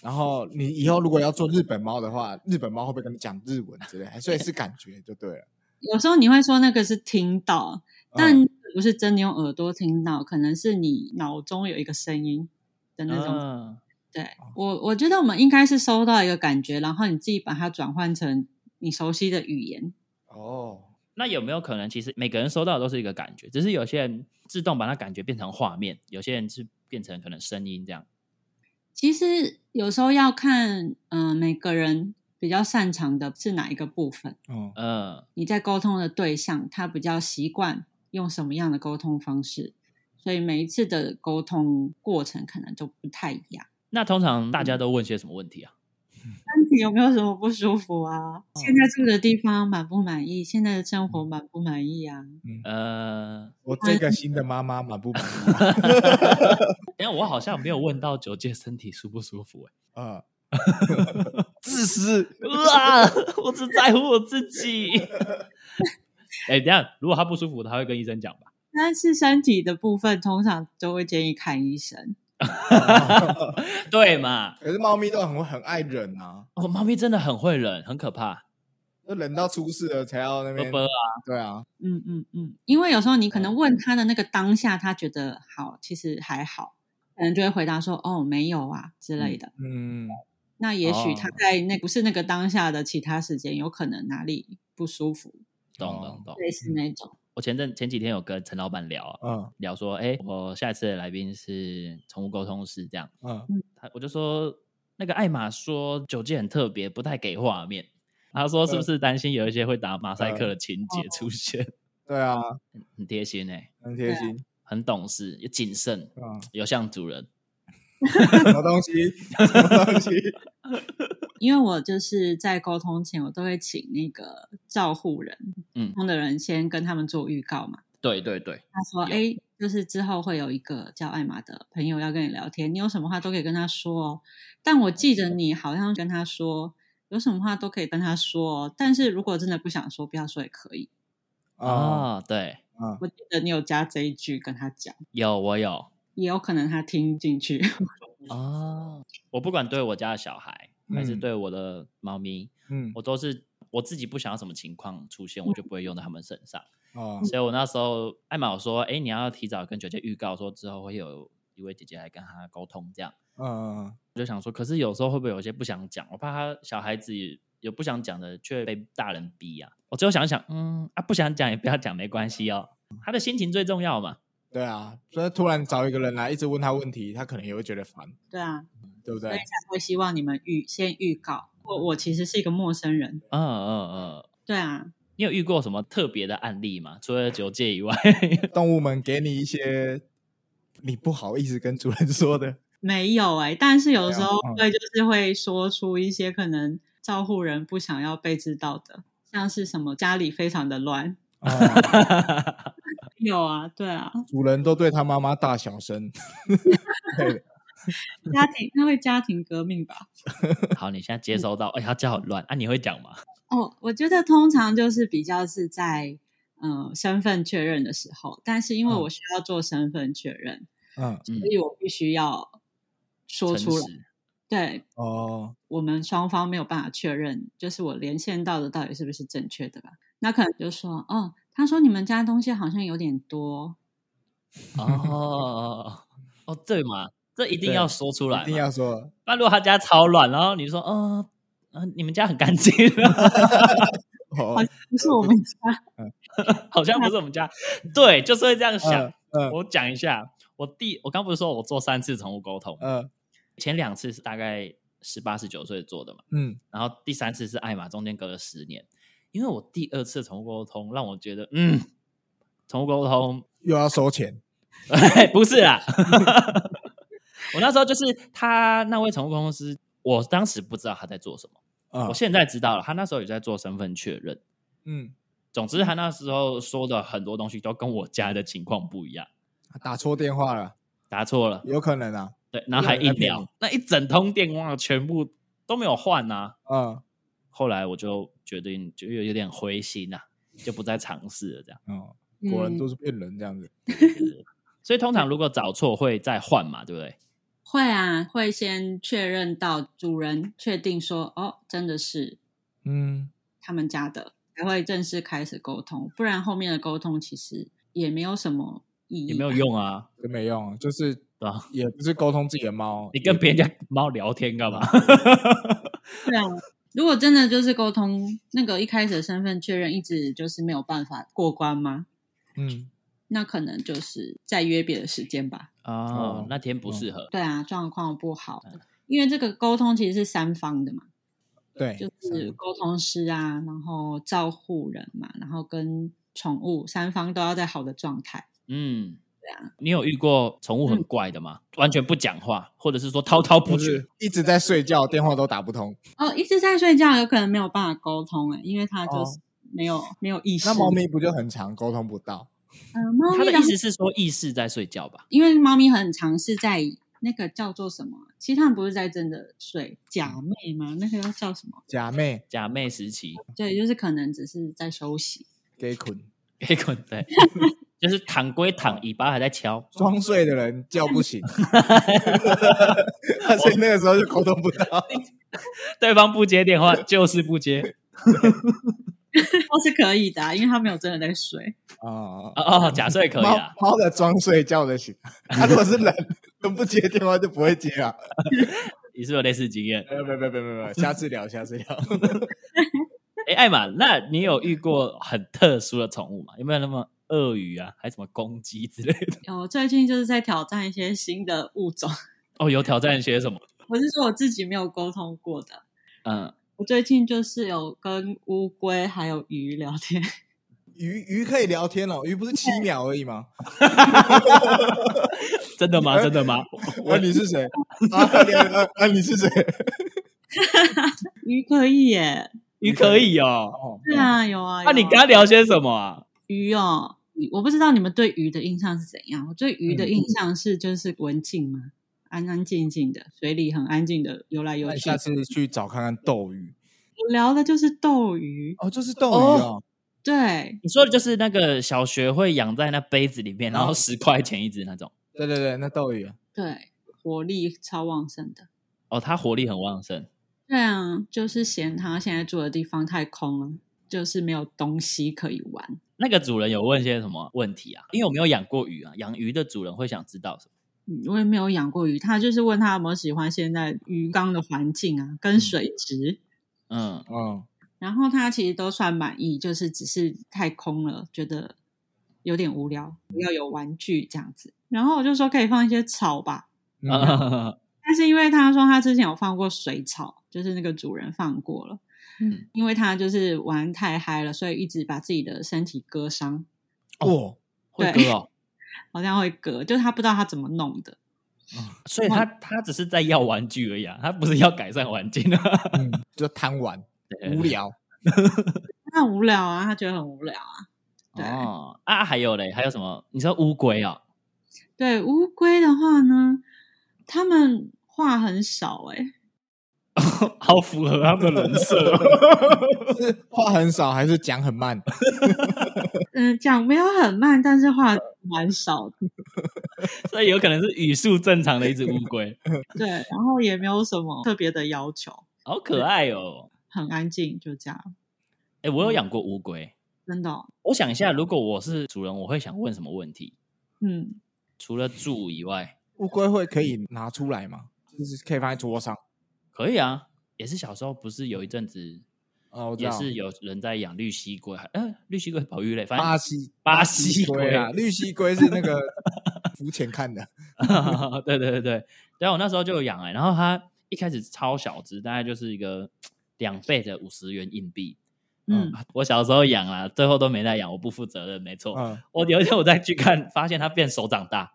[SPEAKER 3] 然后你以后如果要做日本猫的话，日本猫会不会跟你讲日文之类？所以是感觉就对了。
[SPEAKER 2] 有时候你会说那个是听到，
[SPEAKER 3] 嗯
[SPEAKER 2] 但不是真的用耳朵听到，可能是你脑中有一个声音的那种。
[SPEAKER 1] 嗯，
[SPEAKER 2] 对我，我觉得我们应该是收到一个感觉，然后你自己把它转换成你熟悉的语言。
[SPEAKER 3] 哦，
[SPEAKER 1] 那有没有可能其实每个人收到的都是一个感觉，只是有些人自动把那感觉变成画面，有些人是变成可能声音这样。
[SPEAKER 2] 其实有时候要看，嗯、每个人比较擅长的是哪一个部分。
[SPEAKER 3] 嗯
[SPEAKER 1] 嗯，
[SPEAKER 2] 你在沟通的对象，他比较习惯用什么样的沟通方式，所以每一次的沟通过程可能都不太一样。嗯
[SPEAKER 1] 那通常大家都问些什么问题啊？
[SPEAKER 2] 身体有没有什么不舒服啊？现在住的地方满不满意？现在的生活满不满意啊？
[SPEAKER 1] 呃，
[SPEAKER 3] 我这个新的妈妈满不满意？
[SPEAKER 1] 等一下我好像没有问到九界身体舒不舒服、欸，
[SPEAKER 3] 呃，自私，
[SPEAKER 1] 哇， 我只在乎我自己。 哎、等一下，如果他不舒服，他会跟医生讲吧？
[SPEAKER 2] 但是身体的部分通常都会建议看医生。
[SPEAKER 1] 对嘛？
[SPEAKER 3] 可是猫咪都很很爱忍啊，
[SPEAKER 1] 哦，猫咪真的很会忍，很可怕。
[SPEAKER 3] 就忍到出事了才要那
[SPEAKER 1] 啵
[SPEAKER 3] 边
[SPEAKER 1] 啵，啊，
[SPEAKER 3] 对啊，
[SPEAKER 2] 嗯嗯嗯，因为有时候你可能问他的那个当下，他觉得好，其实还好，可能就会回答说哦没有啊之类的。
[SPEAKER 3] 嗯，
[SPEAKER 2] 那也许他
[SPEAKER 1] 哦
[SPEAKER 2] 在那不是那个当下的其他时间，有可能哪里不舒服，嗯
[SPEAKER 1] 懂
[SPEAKER 3] 哦
[SPEAKER 1] 懂懂。
[SPEAKER 2] 类似那种。
[SPEAKER 1] 我前阵前几天有跟陈老板聊啊，
[SPEAKER 3] 嗯
[SPEAKER 1] 聊说，哎、我下一次的来宾是宠物沟通师，这样，
[SPEAKER 3] 嗯，
[SPEAKER 1] 他我就说那个艾玛说九戒很特别，不太给画面。他说是不是担心有一些会打马赛克的情
[SPEAKER 3] 嗯哦
[SPEAKER 1] 节出现？
[SPEAKER 3] 对啊，
[SPEAKER 1] 很贴心哎、
[SPEAKER 3] 很贴心，
[SPEAKER 1] 很懂事，也谨慎，
[SPEAKER 3] 嗯，
[SPEAKER 1] 有像主人。
[SPEAKER 3] 什么东西，什么东西，
[SPEAKER 2] 因为我就是在沟通前，我都会请那个照护人，
[SPEAKER 1] 嗯
[SPEAKER 2] 沟通的人先跟他们做预告嘛。
[SPEAKER 1] 对对对，
[SPEAKER 2] 他说：“
[SPEAKER 1] 有
[SPEAKER 2] 哎，就是之后会有一个叫艾玛的朋友要跟你聊天，你有什么话都可以跟他说哦。但我记得你好像跟他说，有什么话都可以跟他说哦。但是如果真的不想说，不要说也可以。
[SPEAKER 3] 啊，
[SPEAKER 1] 哦，对，
[SPEAKER 3] 嗯，
[SPEAKER 2] 我记得你有加这一句跟他讲，
[SPEAKER 1] 有我有
[SPEAKER 2] 也有可能他听进去。
[SPEAKER 1] 哦，我不管对我家的小孩还是
[SPEAKER 3] 嗯
[SPEAKER 1] 对我的猫咪，
[SPEAKER 3] 嗯，
[SPEAKER 1] 我都是我自己不想要什么情况出现，我就不会用到他们身上。
[SPEAKER 3] 哦，
[SPEAKER 1] 所以我那时候艾玛我说，哎、你要提早跟九姐预告说之后会有一位姐姐来跟她沟通，这样
[SPEAKER 3] 嗯，
[SPEAKER 1] 我就想说，可是有时候会不会有些不想讲？我怕他小孩子有不想讲的，却被大人逼啊。我最后想一想，嗯啊，不想讲也不要讲，没关系哦，他的心情最重要嘛。
[SPEAKER 3] 对啊，所以突然找一个人来一直问他问题，他可能也会觉得烦，
[SPEAKER 2] 对啊，
[SPEAKER 3] 对不
[SPEAKER 2] 所以
[SPEAKER 3] 对？
[SPEAKER 2] 才会希望你们预先预告。我我其实是一个陌生人。
[SPEAKER 1] 嗯嗯嗯，
[SPEAKER 2] 对啊，
[SPEAKER 1] 你有遇过什么特别的案例吗？除了九戒以外，
[SPEAKER 3] 动物们给你一些你不好意思跟主人说的，
[SPEAKER 2] 没有哎、但是有的时
[SPEAKER 3] 没有
[SPEAKER 2] 候
[SPEAKER 3] 嗯
[SPEAKER 2] 会就是会说出一些可能照护人不想要被知道的，像是什么家里非常的乱，
[SPEAKER 3] 啊，
[SPEAKER 2] 有啊，对 啊，
[SPEAKER 3] 主人都对他妈妈大小声，对，
[SPEAKER 2] 家庭那会家庭革命吧？
[SPEAKER 1] 好，你现在接收到，哎、他家好乱啊，你会讲吗？
[SPEAKER 2] 哦，我觉得通常就是比较是在呃身份确认的时候，但是因为
[SPEAKER 3] 嗯
[SPEAKER 2] 我需要做身份确认，
[SPEAKER 3] 嗯，
[SPEAKER 1] 嗯
[SPEAKER 2] 所以我必须要说出来
[SPEAKER 1] 诚。实
[SPEAKER 2] 对
[SPEAKER 3] 哦，
[SPEAKER 2] 我们双方没有办法确认，就是我连线到的到底是不是正确的吧？那可能就说哦，他说你们家东西好像有点多，
[SPEAKER 1] 哦哦，对嘛，这一定
[SPEAKER 3] 对
[SPEAKER 1] 要说出来嘛，
[SPEAKER 3] 一定要说，
[SPEAKER 1] 那如果他家超乱，然后你说，嗯、呃、你们家很干净，
[SPEAKER 3] 哦
[SPEAKER 2] 好，像不是我们家，
[SPEAKER 1] 好像不是我们家，对，就是会这样想。
[SPEAKER 3] 嗯嗯
[SPEAKER 1] 我讲一下，我第我刚不是说我做三次宠物沟通，
[SPEAKER 3] 嗯
[SPEAKER 1] 前两次是大概十八十九岁做的嘛，
[SPEAKER 3] 嗯，
[SPEAKER 1] 然后第三次是艾玛，中间隔了十年，因为我第二次宠物沟通让我觉得，嗯，宠物沟通
[SPEAKER 3] 又要收钱，
[SPEAKER 1] 不是啦， 我那时候就是他那位宠物公司，我当时不知道他在做什么，
[SPEAKER 3] 啊
[SPEAKER 1] 我，现在知道了，他那时候也在做身份确认。
[SPEAKER 3] 嗯，
[SPEAKER 1] 总之，他那时候说的很多东西都跟我家的情况不一样，
[SPEAKER 3] 打错电话了，
[SPEAKER 1] 答错了，
[SPEAKER 3] 有可能啊，
[SPEAKER 1] 对，然后还硬
[SPEAKER 3] 有人在骗你
[SPEAKER 1] 聊，那一整通电话全部都没有换呐、
[SPEAKER 3] 嗯
[SPEAKER 1] 后来我就决定，就有有点灰心呐、就不再尝试了这样。
[SPEAKER 3] 哦，果然
[SPEAKER 2] 嗯
[SPEAKER 3] 都是骗人这样子，
[SPEAKER 1] 所以通常如果找错会再换嘛，对不对？
[SPEAKER 2] 会啊，会先确认到主人确定说哦，真的是
[SPEAKER 3] 嗯，
[SPEAKER 2] 他们家的，才会正式开始沟通，不然后面的沟通其实也没有什么意义，
[SPEAKER 1] 也没有用啊，
[SPEAKER 3] 真没用，就是
[SPEAKER 1] 对吧？
[SPEAKER 3] 也不是沟通自己的猫，
[SPEAKER 1] 你跟别人家猫聊天干嘛？
[SPEAKER 2] 对啊。如果真的就是沟通那个一开始的身份确认，一直就是没有办法过关吗？
[SPEAKER 3] 嗯，
[SPEAKER 2] 那可能就是再约别的时间吧。
[SPEAKER 1] 哦，那天不适合。
[SPEAKER 2] 对啊，状况不好，
[SPEAKER 3] 嗯
[SPEAKER 2] 因为这个沟通其实是三方的嘛，
[SPEAKER 3] 对，
[SPEAKER 2] 就是沟通师啊，然后照护人嘛，然后跟宠物三方都要在好的状态。
[SPEAKER 1] 嗯，
[SPEAKER 2] 这样。
[SPEAKER 1] 你有遇过宠
[SPEAKER 2] 嗯
[SPEAKER 1] 物很怪的吗？完全不讲话，或者是说滔滔不
[SPEAKER 3] 不
[SPEAKER 1] 绝？
[SPEAKER 3] 是一直在睡觉，电话都打不 通。
[SPEAKER 2] 哦，一直在睡觉，有可能没有办法沟通哎，因为它就
[SPEAKER 3] 哦
[SPEAKER 2] 是没有、没有意识。
[SPEAKER 3] 那猫咪不就很常沟通不到？
[SPEAKER 2] 嗯、猫
[SPEAKER 1] 他的
[SPEAKER 2] 咪的
[SPEAKER 1] 意思是说意识在睡觉吧？
[SPEAKER 2] 因为猫咪很常是在那个叫做什么啊，其实它们不是在真的睡，
[SPEAKER 3] 嗯
[SPEAKER 2] 假寐吗？那个要叫什么？
[SPEAKER 3] 假妹
[SPEAKER 1] 假寐时期，
[SPEAKER 3] 嗯
[SPEAKER 2] 对，就是可能只是在休息。
[SPEAKER 3] 给捆，
[SPEAKER 1] 黑 滚对，就是躺归躺，尾巴还在敲。
[SPEAKER 3] 装睡的人叫不 醒，所以那个时候就沟通不 到。
[SPEAKER 1] 对方不接电话就是不接。
[SPEAKER 2] 都是可以的啊、因为它没有真的在睡。
[SPEAKER 3] 哦，
[SPEAKER 1] 哦哦，假睡可以
[SPEAKER 3] 猫
[SPEAKER 1] 啊，
[SPEAKER 3] 猫的装睡叫得 醒，它如果是人都不接电话就不会接啊。
[SPEAKER 1] 你是不是有类似经验？
[SPEAKER 3] 哎没有没有没有没有没 有，下次聊，下次聊。
[SPEAKER 1] 哎，艾玛，那你有遇过很特殊的宠物吗？有没有那么鳄鱼啊，还什么公鸡之类的？
[SPEAKER 2] 我呃最近就是在挑战一些新的物种，
[SPEAKER 1] 哦，有挑战些什么？
[SPEAKER 2] 我是说我自己没有沟通过的。
[SPEAKER 1] 嗯，
[SPEAKER 2] 我最近就是有跟乌龟还有鱼聊天，
[SPEAKER 3] 鱼鱼可以聊天哦，鱼不是七秒而已 吗？
[SPEAKER 1] 真的吗？真的吗？
[SPEAKER 3] 我 你是谁？啊，聊聊啊，你 是谁？
[SPEAKER 2] 鱼可以耶？
[SPEAKER 1] 鱼可以哦。
[SPEAKER 3] 哦，
[SPEAKER 2] 对啊，有啊。
[SPEAKER 1] 那你
[SPEAKER 2] 有啊
[SPEAKER 1] 跟他聊些什么啊？
[SPEAKER 2] 鱼哦，我不知道你们对鱼的印象是怎样。我对鱼
[SPEAKER 3] 嗯
[SPEAKER 2] 的印象是就是文静嘛，安安静静的，水里很安静的游来游
[SPEAKER 3] 那
[SPEAKER 2] 去。
[SPEAKER 3] 下次去找看看斗鱼。
[SPEAKER 2] 我聊的就是斗鱼，
[SPEAKER 3] 哦，就是斗鱼哦。
[SPEAKER 2] 对，
[SPEAKER 1] 你说的就是那个小学会养在那杯子里面，然后十块钱一只那种。
[SPEAKER 3] 对对对，那斗鱼。啊
[SPEAKER 2] 对，活力超旺盛的。
[SPEAKER 1] 哦，它活力很旺盛。
[SPEAKER 2] 对啊，就是嫌他现在住的地方太空了，就是没有东西可以玩。
[SPEAKER 1] 那个主人有问些什么问题啊？因为我没有养过鱼啊，养鱼的主人会想知道什么？
[SPEAKER 2] 嗯我也没有养过鱼，他就是问他有没有喜欢现在鱼缸的环境啊，跟水质。
[SPEAKER 1] 嗯，
[SPEAKER 3] 嗯，
[SPEAKER 2] 然后他其实都算满意，就是只是太空了，觉得有点无聊，要有玩具这样子。然后我就说可以放一些草吧，
[SPEAKER 1] 啊
[SPEAKER 3] 嗯
[SPEAKER 2] 但是因为他说他之前有放过水草，就是那个主人放过了，
[SPEAKER 1] 嗯，
[SPEAKER 2] 因为他就是玩太嗨了，所以一直把自己的身体割伤，
[SPEAKER 3] 哦，
[SPEAKER 1] 会
[SPEAKER 2] 对
[SPEAKER 1] 割哦，
[SPEAKER 2] 好像会割，就是他不知道他怎么弄的。
[SPEAKER 1] 所以他他只是在要玩具而已啊，他不是要改善环境啊。
[SPEAKER 3] 嗯，就贪玩无聊。
[SPEAKER 2] 他很无聊啊，他觉得很无聊啊。对、
[SPEAKER 1] 哦啊，还有嘞，还有什么？你说乌龟啊？
[SPEAKER 2] 对，乌龟的话呢，他们话很少哎、
[SPEAKER 1] 好符合他们的人设哦。
[SPEAKER 3] 是话很少还是讲很慢？
[SPEAKER 2] 嗯，讲没有很慢，但是话蛮少的。
[SPEAKER 1] 所以有可能是语速正常的一只乌龟，
[SPEAKER 2] 对，然后也没有什么特别的要求，
[SPEAKER 1] 好可爱哦。
[SPEAKER 2] 很安静，就这样，
[SPEAKER 1] 哎，我有养过乌龟，
[SPEAKER 2] 真的哦、
[SPEAKER 1] 我想一下，如果我是主人，我会想问什么问题？
[SPEAKER 2] 嗯，
[SPEAKER 1] 除了住以外，
[SPEAKER 3] 乌龟会可以拿出来吗？就是可以放在桌上。
[SPEAKER 1] 可以啊，也是小时候不是有一阵子
[SPEAKER 3] 哦，我知
[SPEAKER 1] 也
[SPEAKER 3] 道。
[SPEAKER 1] 是有人在养绿蜥龟，还嗯、绿蜥龟保育类，反
[SPEAKER 3] 巴
[SPEAKER 1] 正
[SPEAKER 3] 西
[SPEAKER 1] 巴西
[SPEAKER 3] 龟啊，绿蜥龟是 那个浮潜看的。
[SPEAKER 1] 对对对对，对啊我那时候就有养哎、然后它一开始超小只，大概就是一个两倍的五十元硬币。
[SPEAKER 2] 嗯
[SPEAKER 1] 啊 我小时候养啊，最后都没再养，我不负责任，没错。
[SPEAKER 3] 嗯，
[SPEAKER 1] 我有一天我再去看，发现它变手掌大。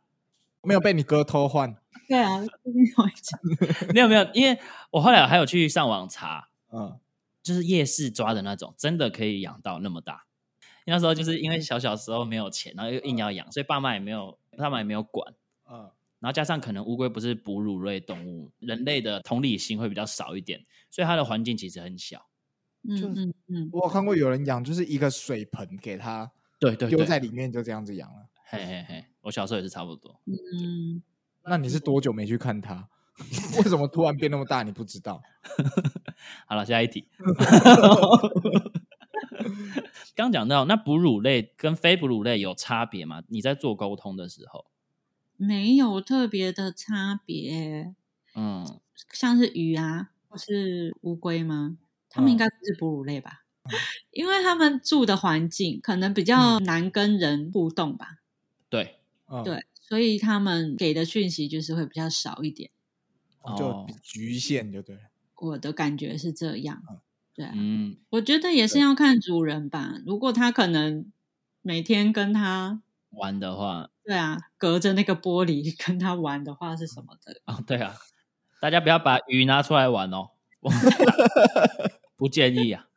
[SPEAKER 3] 没有被你哥偷换。
[SPEAKER 2] 对啊，最近有一次，
[SPEAKER 1] 没有没有，因为我后来还有去上网查，
[SPEAKER 3] 嗯，
[SPEAKER 1] 就是夜市抓的那种，真的可以养到那么大。那时候就是因为小小时候没有钱，然后又硬要养，所以爸妈也没有，爸妈也没有管。
[SPEAKER 3] 嗯，
[SPEAKER 1] 然后加上可能乌龟不是哺乳类动物，人类的同理心会比较少一点，所以它的环境其实很小。
[SPEAKER 3] 就
[SPEAKER 2] 嗯嗯嗯，
[SPEAKER 3] 我有看过有人养，就是一个水盆给它
[SPEAKER 1] 对对
[SPEAKER 3] 丢
[SPEAKER 1] 对，
[SPEAKER 3] 在里面，就这样子养了。
[SPEAKER 1] 嘿嘿嘿，我小时候也是差不多。
[SPEAKER 2] 嗯，
[SPEAKER 3] 那你是多久没去看它？ 为什么突然变那么大？你不知道？
[SPEAKER 1] 好了，下一题。 刚讲到那哺乳类跟非哺乳类有差别吗？你在做沟通的时候，
[SPEAKER 2] 没有特别的差别，
[SPEAKER 1] 嗯，
[SPEAKER 2] 像是鱼啊，
[SPEAKER 3] 嗯
[SPEAKER 2] 或是乌龟吗？它们应该不是哺乳类吧？
[SPEAKER 3] 嗯
[SPEAKER 2] 因为它们住的环境可能比较难跟人互动吧，
[SPEAKER 1] 对，
[SPEAKER 3] 嗯，
[SPEAKER 2] 对，所以它们给的讯息就是会比较少一点。
[SPEAKER 3] 哦，就
[SPEAKER 1] 哦
[SPEAKER 3] 比局限就对了。
[SPEAKER 2] 我的感觉是这样，对啊，
[SPEAKER 1] 嗯，
[SPEAKER 2] 我觉得也是要看主人吧。如果他可能每天跟他
[SPEAKER 1] 玩的话，
[SPEAKER 2] 对啊，隔着那个玻璃 跟它玩的话是
[SPEAKER 3] 嗯
[SPEAKER 2] 什么的？
[SPEAKER 1] 啊、对啊，大家不要把鱼拿出来玩哦，我 不建议啊。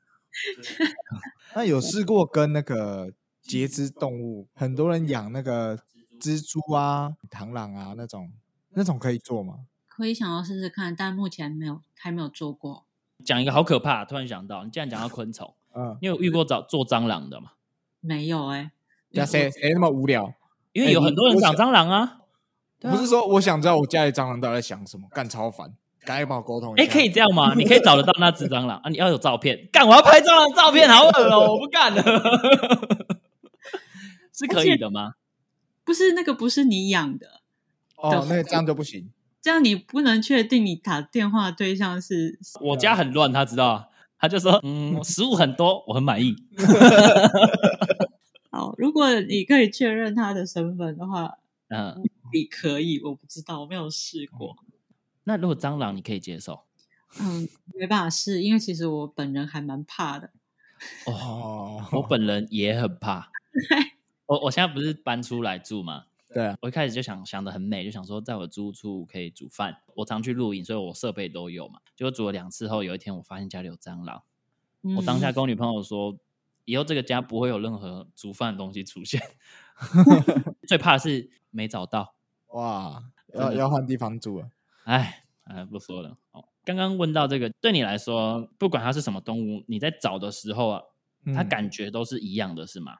[SPEAKER 3] 那有试过跟那个节肢动物，很多人养那个蜘蛛啊、螳螂啊那种，那种可以做吗？
[SPEAKER 2] 可以想要试试看，但目前没有，还没有做过。
[SPEAKER 1] 讲一个好可怕，突然想到，你既然讲到昆虫，
[SPEAKER 3] 嗯，
[SPEAKER 1] 你有遇过找做蟑螂的吗？
[SPEAKER 2] 没有哎、
[SPEAKER 3] 那谁谁那么无聊？
[SPEAKER 1] 因为有很多人长蟑螂啊。对啊
[SPEAKER 3] 不是说我想知道我家里蟑螂到底在想什么，干超烦，赶紧帮我沟通一下。
[SPEAKER 1] 哎，可以这样 吗？你可以找得到那只蟑螂啊？你要有照片，干！我要拍蟑螂照片，好恶 哦、我不干了。 是可以的吗？
[SPEAKER 2] 不是那个不是你养的，
[SPEAKER 3] 哦，那个这样就 不行。
[SPEAKER 2] 这样你不能确定你打电话对象是
[SPEAKER 1] 我家很乱，他知道啊，他就说，嗯，食物很多，我很满意。
[SPEAKER 2] 好。如果你可以确认他的身份的话，
[SPEAKER 1] 嗯，
[SPEAKER 2] 你可以。我不知道，我没有试过。
[SPEAKER 1] 那如果蟑螂你可以接受
[SPEAKER 2] 嗯，没办法试，因为其实我本人还蛮怕的。
[SPEAKER 1] 哦，
[SPEAKER 3] 哦，
[SPEAKER 1] 我本人也很 怕。我我现在不是搬出来住嘛，
[SPEAKER 3] 对啊，
[SPEAKER 1] 我一开始就想想的很美，就想说在我租屋处可以煮饭。我常去露营，所以我设备都有嘛。结果煮了两次后，有一天我发现家里有蟑螂，我当下
[SPEAKER 2] 嗯
[SPEAKER 1] 跟我女朋友说，以后这个家不会有任何煮饭的东西出现。 最怕的是没找到，
[SPEAKER 3] 哇，
[SPEAKER 1] 真
[SPEAKER 3] 要
[SPEAKER 1] 的
[SPEAKER 3] 要换地方住了。
[SPEAKER 1] 哎，哎，不说了。哦，刚刚问到这个，对你来说，不管它是什么动物，你在找的时候啊，它
[SPEAKER 3] 嗯
[SPEAKER 1] 感觉都是一样的，是吗？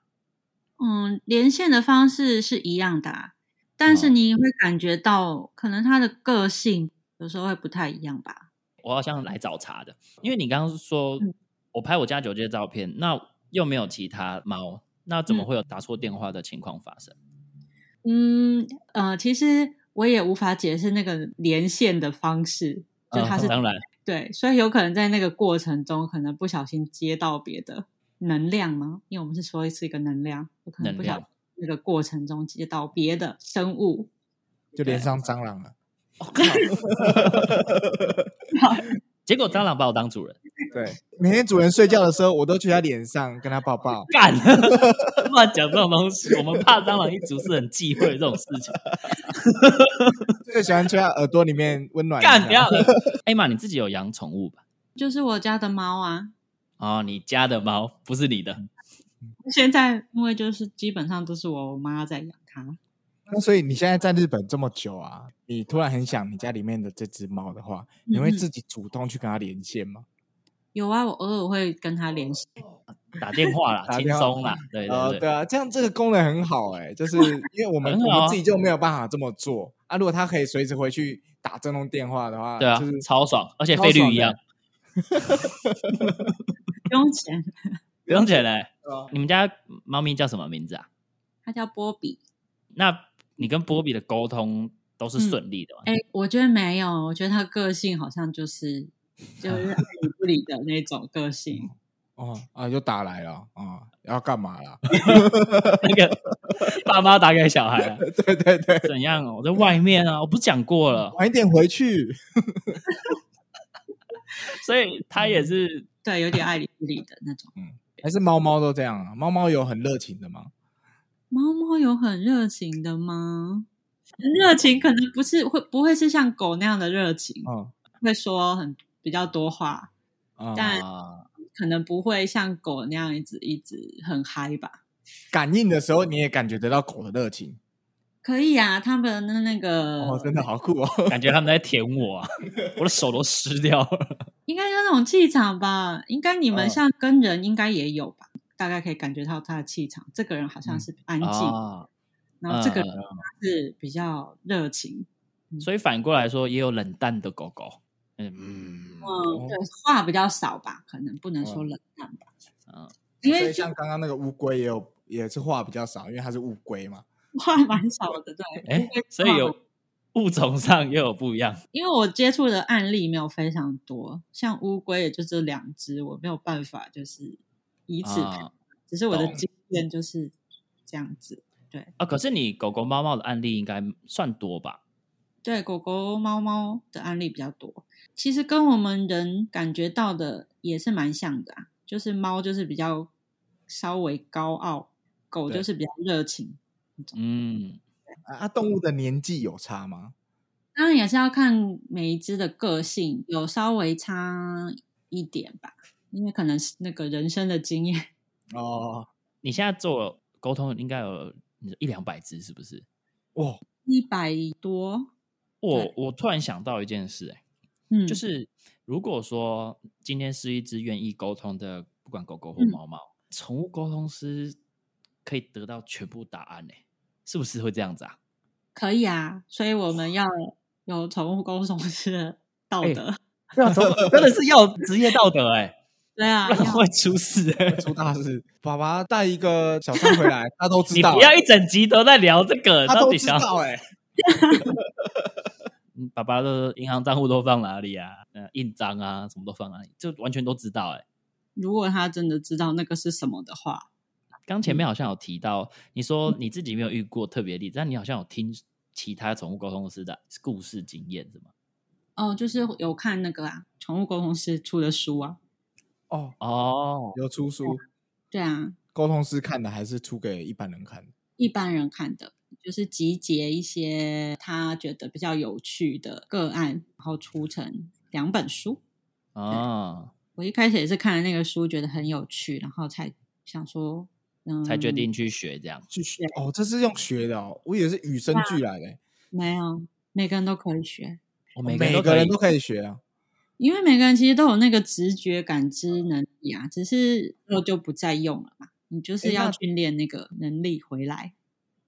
[SPEAKER 2] 嗯，连线的方式是一样的、啊，但
[SPEAKER 1] 哦
[SPEAKER 2] 是你会感觉到可能他的个性有时候会不太一样吧。
[SPEAKER 1] 我好像来找茬的，因为你刚刚说
[SPEAKER 2] 嗯
[SPEAKER 1] 我拍我家九街的照片，那又没有其他猫，那怎么
[SPEAKER 2] 嗯
[SPEAKER 1] 会有打错电话的情况发生？
[SPEAKER 2] 嗯呃，其实我也无法解释那个连线的方式，就
[SPEAKER 3] 嗯
[SPEAKER 2] 他是、
[SPEAKER 1] 当然，
[SPEAKER 2] 对，所以有可能在那个过程中，可能不小心接到别的能量吗？因为我们是说是一个能量，我可能
[SPEAKER 1] 能
[SPEAKER 2] 不小
[SPEAKER 1] 量
[SPEAKER 2] 那个过程中接到别的生物，
[SPEAKER 3] 就连上蟑螂了。
[SPEAKER 1] 我靠！结果蟑螂把我当主人，
[SPEAKER 3] 对，每天主人睡觉的时候，我都去他脸上跟他抱 抱。
[SPEAKER 1] 干！乱讲这种东西，我们怕蟑螂一族是很忌讳这种事情。
[SPEAKER 3] 最喜欢去他耳朵里面温暖一
[SPEAKER 1] 干！不要
[SPEAKER 3] 下。
[SPEAKER 1] 艾玛，你自己有养宠物吧？
[SPEAKER 2] 就是我家的猫啊。
[SPEAKER 1] 哦，你家的猫不是你的，
[SPEAKER 2] 现在因为就是基本上都是我妈在养它，
[SPEAKER 3] 那所以你现在在日本这么久啊，你突然很想你家里面的这只猫的话，你会
[SPEAKER 2] 嗯嗯
[SPEAKER 3] 自己主动去跟它连线吗？
[SPEAKER 2] 有啊，我偶尔会跟它联系。
[SPEAKER 1] 打电话啦，
[SPEAKER 3] 打
[SPEAKER 1] 轻
[SPEAKER 3] 电话
[SPEAKER 1] 松啦，对
[SPEAKER 3] 啊，
[SPEAKER 1] 对
[SPEAKER 3] 对
[SPEAKER 1] 对，
[SPEAKER 3] 啊，这样这个功能很好哎、就是因为我们
[SPEAKER 1] 很好
[SPEAKER 3] 我
[SPEAKER 1] 啊
[SPEAKER 3] 们自己就没有办法这么做啊。如果它可以随时回去打这通电话的话，
[SPEAKER 1] 对啊
[SPEAKER 3] 就是，
[SPEAKER 1] 超爽，而且
[SPEAKER 3] 超
[SPEAKER 1] 费率
[SPEAKER 3] 爽
[SPEAKER 1] 一
[SPEAKER 3] 的
[SPEAKER 1] 样，
[SPEAKER 2] 不用钱，
[SPEAKER 1] 不用钱嘞。
[SPEAKER 3] 啊
[SPEAKER 1] 你们家猫咪叫什么名字啊？
[SPEAKER 2] 它叫波比。
[SPEAKER 1] 那你跟波比的沟通都是顺利 的吗？
[SPEAKER 2] 哎、我觉得没有，我觉得它个性好像就是就是爱理不理的那种个性。
[SPEAKER 3] 哦啊，又打来了啊，要干嘛啦？
[SPEAKER 1] 那个爸妈打给小孩、啊、
[SPEAKER 3] 对对对，
[SPEAKER 1] 怎样哦？我在外面啊，我不讲过了，
[SPEAKER 3] 晚一点回去。
[SPEAKER 1] 所以他也是
[SPEAKER 2] 对，有点爱理不理的那种。
[SPEAKER 3] 还是猫猫都这样啊？猫猫有很热情的吗？
[SPEAKER 2] 猫猫有很热情的吗？热情可能不是会不会是像狗那样的热情，
[SPEAKER 3] 嗯
[SPEAKER 2] 会说很比较多话，
[SPEAKER 3] 嗯，
[SPEAKER 2] 但
[SPEAKER 1] 啊，
[SPEAKER 2] 可能不会像狗那样一直一直很嗨吧。
[SPEAKER 3] 感应的时候你也感觉得到狗的热情
[SPEAKER 2] 可以啊，他们的那个、
[SPEAKER 1] 嗯
[SPEAKER 3] 哦，真的好酷哦！
[SPEAKER 1] 感觉他们在舔我啊，我的手都湿掉了。
[SPEAKER 2] 应该就那种气场吧。应该你们
[SPEAKER 3] 哦
[SPEAKER 2] 像跟人应该也有吧，大概可以感觉到他的气场。这个人好像
[SPEAKER 3] 嗯
[SPEAKER 2] 是安静，
[SPEAKER 1] 啊，
[SPEAKER 2] 然后这个
[SPEAKER 1] 嗯
[SPEAKER 2] 人是比较热情，
[SPEAKER 1] 所以反过来说，也有冷淡的狗狗。嗯
[SPEAKER 3] 哦
[SPEAKER 2] 嗯，对，话比较少吧，可能不能说冷淡吧，
[SPEAKER 1] 嗯，
[SPEAKER 2] 因
[SPEAKER 3] 哦所
[SPEAKER 2] 为
[SPEAKER 3] 以
[SPEAKER 2] 就
[SPEAKER 3] 像刚刚那个乌龟也有，也是话比较少，因为它是乌龟嘛。
[SPEAKER 2] 话蛮少的，对。
[SPEAKER 1] 哎、
[SPEAKER 2] 因为
[SPEAKER 1] 所以
[SPEAKER 2] 话
[SPEAKER 1] 有物种上又有不一样。
[SPEAKER 2] 因为我接触的案例没有非常多，像乌龟也就这两只，我没有办法就是以此判
[SPEAKER 1] 啊
[SPEAKER 2] 只是我的
[SPEAKER 1] 懂
[SPEAKER 2] 经验就是这样子。
[SPEAKER 1] 啊，可是你狗狗、猫猫的案例应该算多吧？
[SPEAKER 2] 对狗狗、猫猫的案例比较多，其实跟我们人感觉到的也是蛮像的啊。就是猫就是比较稍微高傲，狗
[SPEAKER 3] 对
[SPEAKER 2] 就是比较热情，
[SPEAKER 1] 嗯，
[SPEAKER 3] 啊啊，动物的年纪有差吗？
[SPEAKER 2] 当然也是要看每一只的个性，有稍微差一点吧，因为可能是那个人生的经验。
[SPEAKER 3] 哦，
[SPEAKER 1] 你现在做沟通应该有你说一两百只是不是？
[SPEAKER 3] 哇，
[SPEAKER 2] 一百多，
[SPEAKER 1] 我
[SPEAKER 2] 对
[SPEAKER 1] 我突然想到一件事、哎，
[SPEAKER 2] 嗯，
[SPEAKER 1] 就是如果说今天是一只愿意沟通的，不管狗狗或猫猫，宠、物沟通师可以得到全部答案、哎，是不是会这样子啊？
[SPEAKER 2] 可以啊，所以我们要有宠物沟通师的道
[SPEAKER 1] 哎
[SPEAKER 2] 德，
[SPEAKER 1] 要从真的是要职业道德 哎、
[SPEAKER 2] 对啊，
[SPEAKER 1] 不然
[SPEAKER 2] 要
[SPEAKER 1] 会出事、哎
[SPEAKER 3] 出大事！爸爸带一个小三回 来，他都知
[SPEAKER 1] 你
[SPEAKER 3] 道，
[SPEAKER 1] 不要一整集欸都欸在聊这个，
[SPEAKER 3] 他
[SPEAKER 1] 到
[SPEAKER 3] 都
[SPEAKER 1] 底
[SPEAKER 3] 知
[SPEAKER 1] 想
[SPEAKER 3] 道哎、
[SPEAKER 1] 嗯爸爸的银行账户都放哪里啊？呃，印章啊，什么都放哪里，就完全都知道、哎，
[SPEAKER 2] 如果他真的知道那个是什么的话，
[SPEAKER 1] 刚前面好像有提到，你说你自己没有遇过特别例子，但你好像有听其他宠物沟通师的故事经验，是吗？
[SPEAKER 2] 哦，就是有看那个啊，宠物沟通师出的书啊，
[SPEAKER 3] 哦，
[SPEAKER 1] 哦，
[SPEAKER 3] 有出书，
[SPEAKER 2] 对啊，
[SPEAKER 3] 沟通师看的还是出给一般人看的。
[SPEAKER 2] 一般人看的，就是集结一些他觉得比较有趣的个案，然后出成两本书。
[SPEAKER 1] 哦，
[SPEAKER 2] 我一开始也是看了那个书，觉得很有趣，然后才想说，嗯，
[SPEAKER 1] 才决定去学这样。
[SPEAKER 3] 去学哦，这是用学的哦，我以为是与生俱来的欸、
[SPEAKER 2] 没有，每个人都可以学，
[SPEAKER 1] 我
[SPEAKER 3] 每
[SPEAKER 1] 每个人都
[SPEAKER 3] 个
[SPEAKER 1] 可以
[SPEAKER 3] 人都可以学啊。
[SPEAKER 2] 因为每个人其实都有那个直觉感知能力啊，只是我就不再用了嘛。你就是
[SPEAKER 3] 诶那
[SPEAKER 2] 要训练那个能力回来。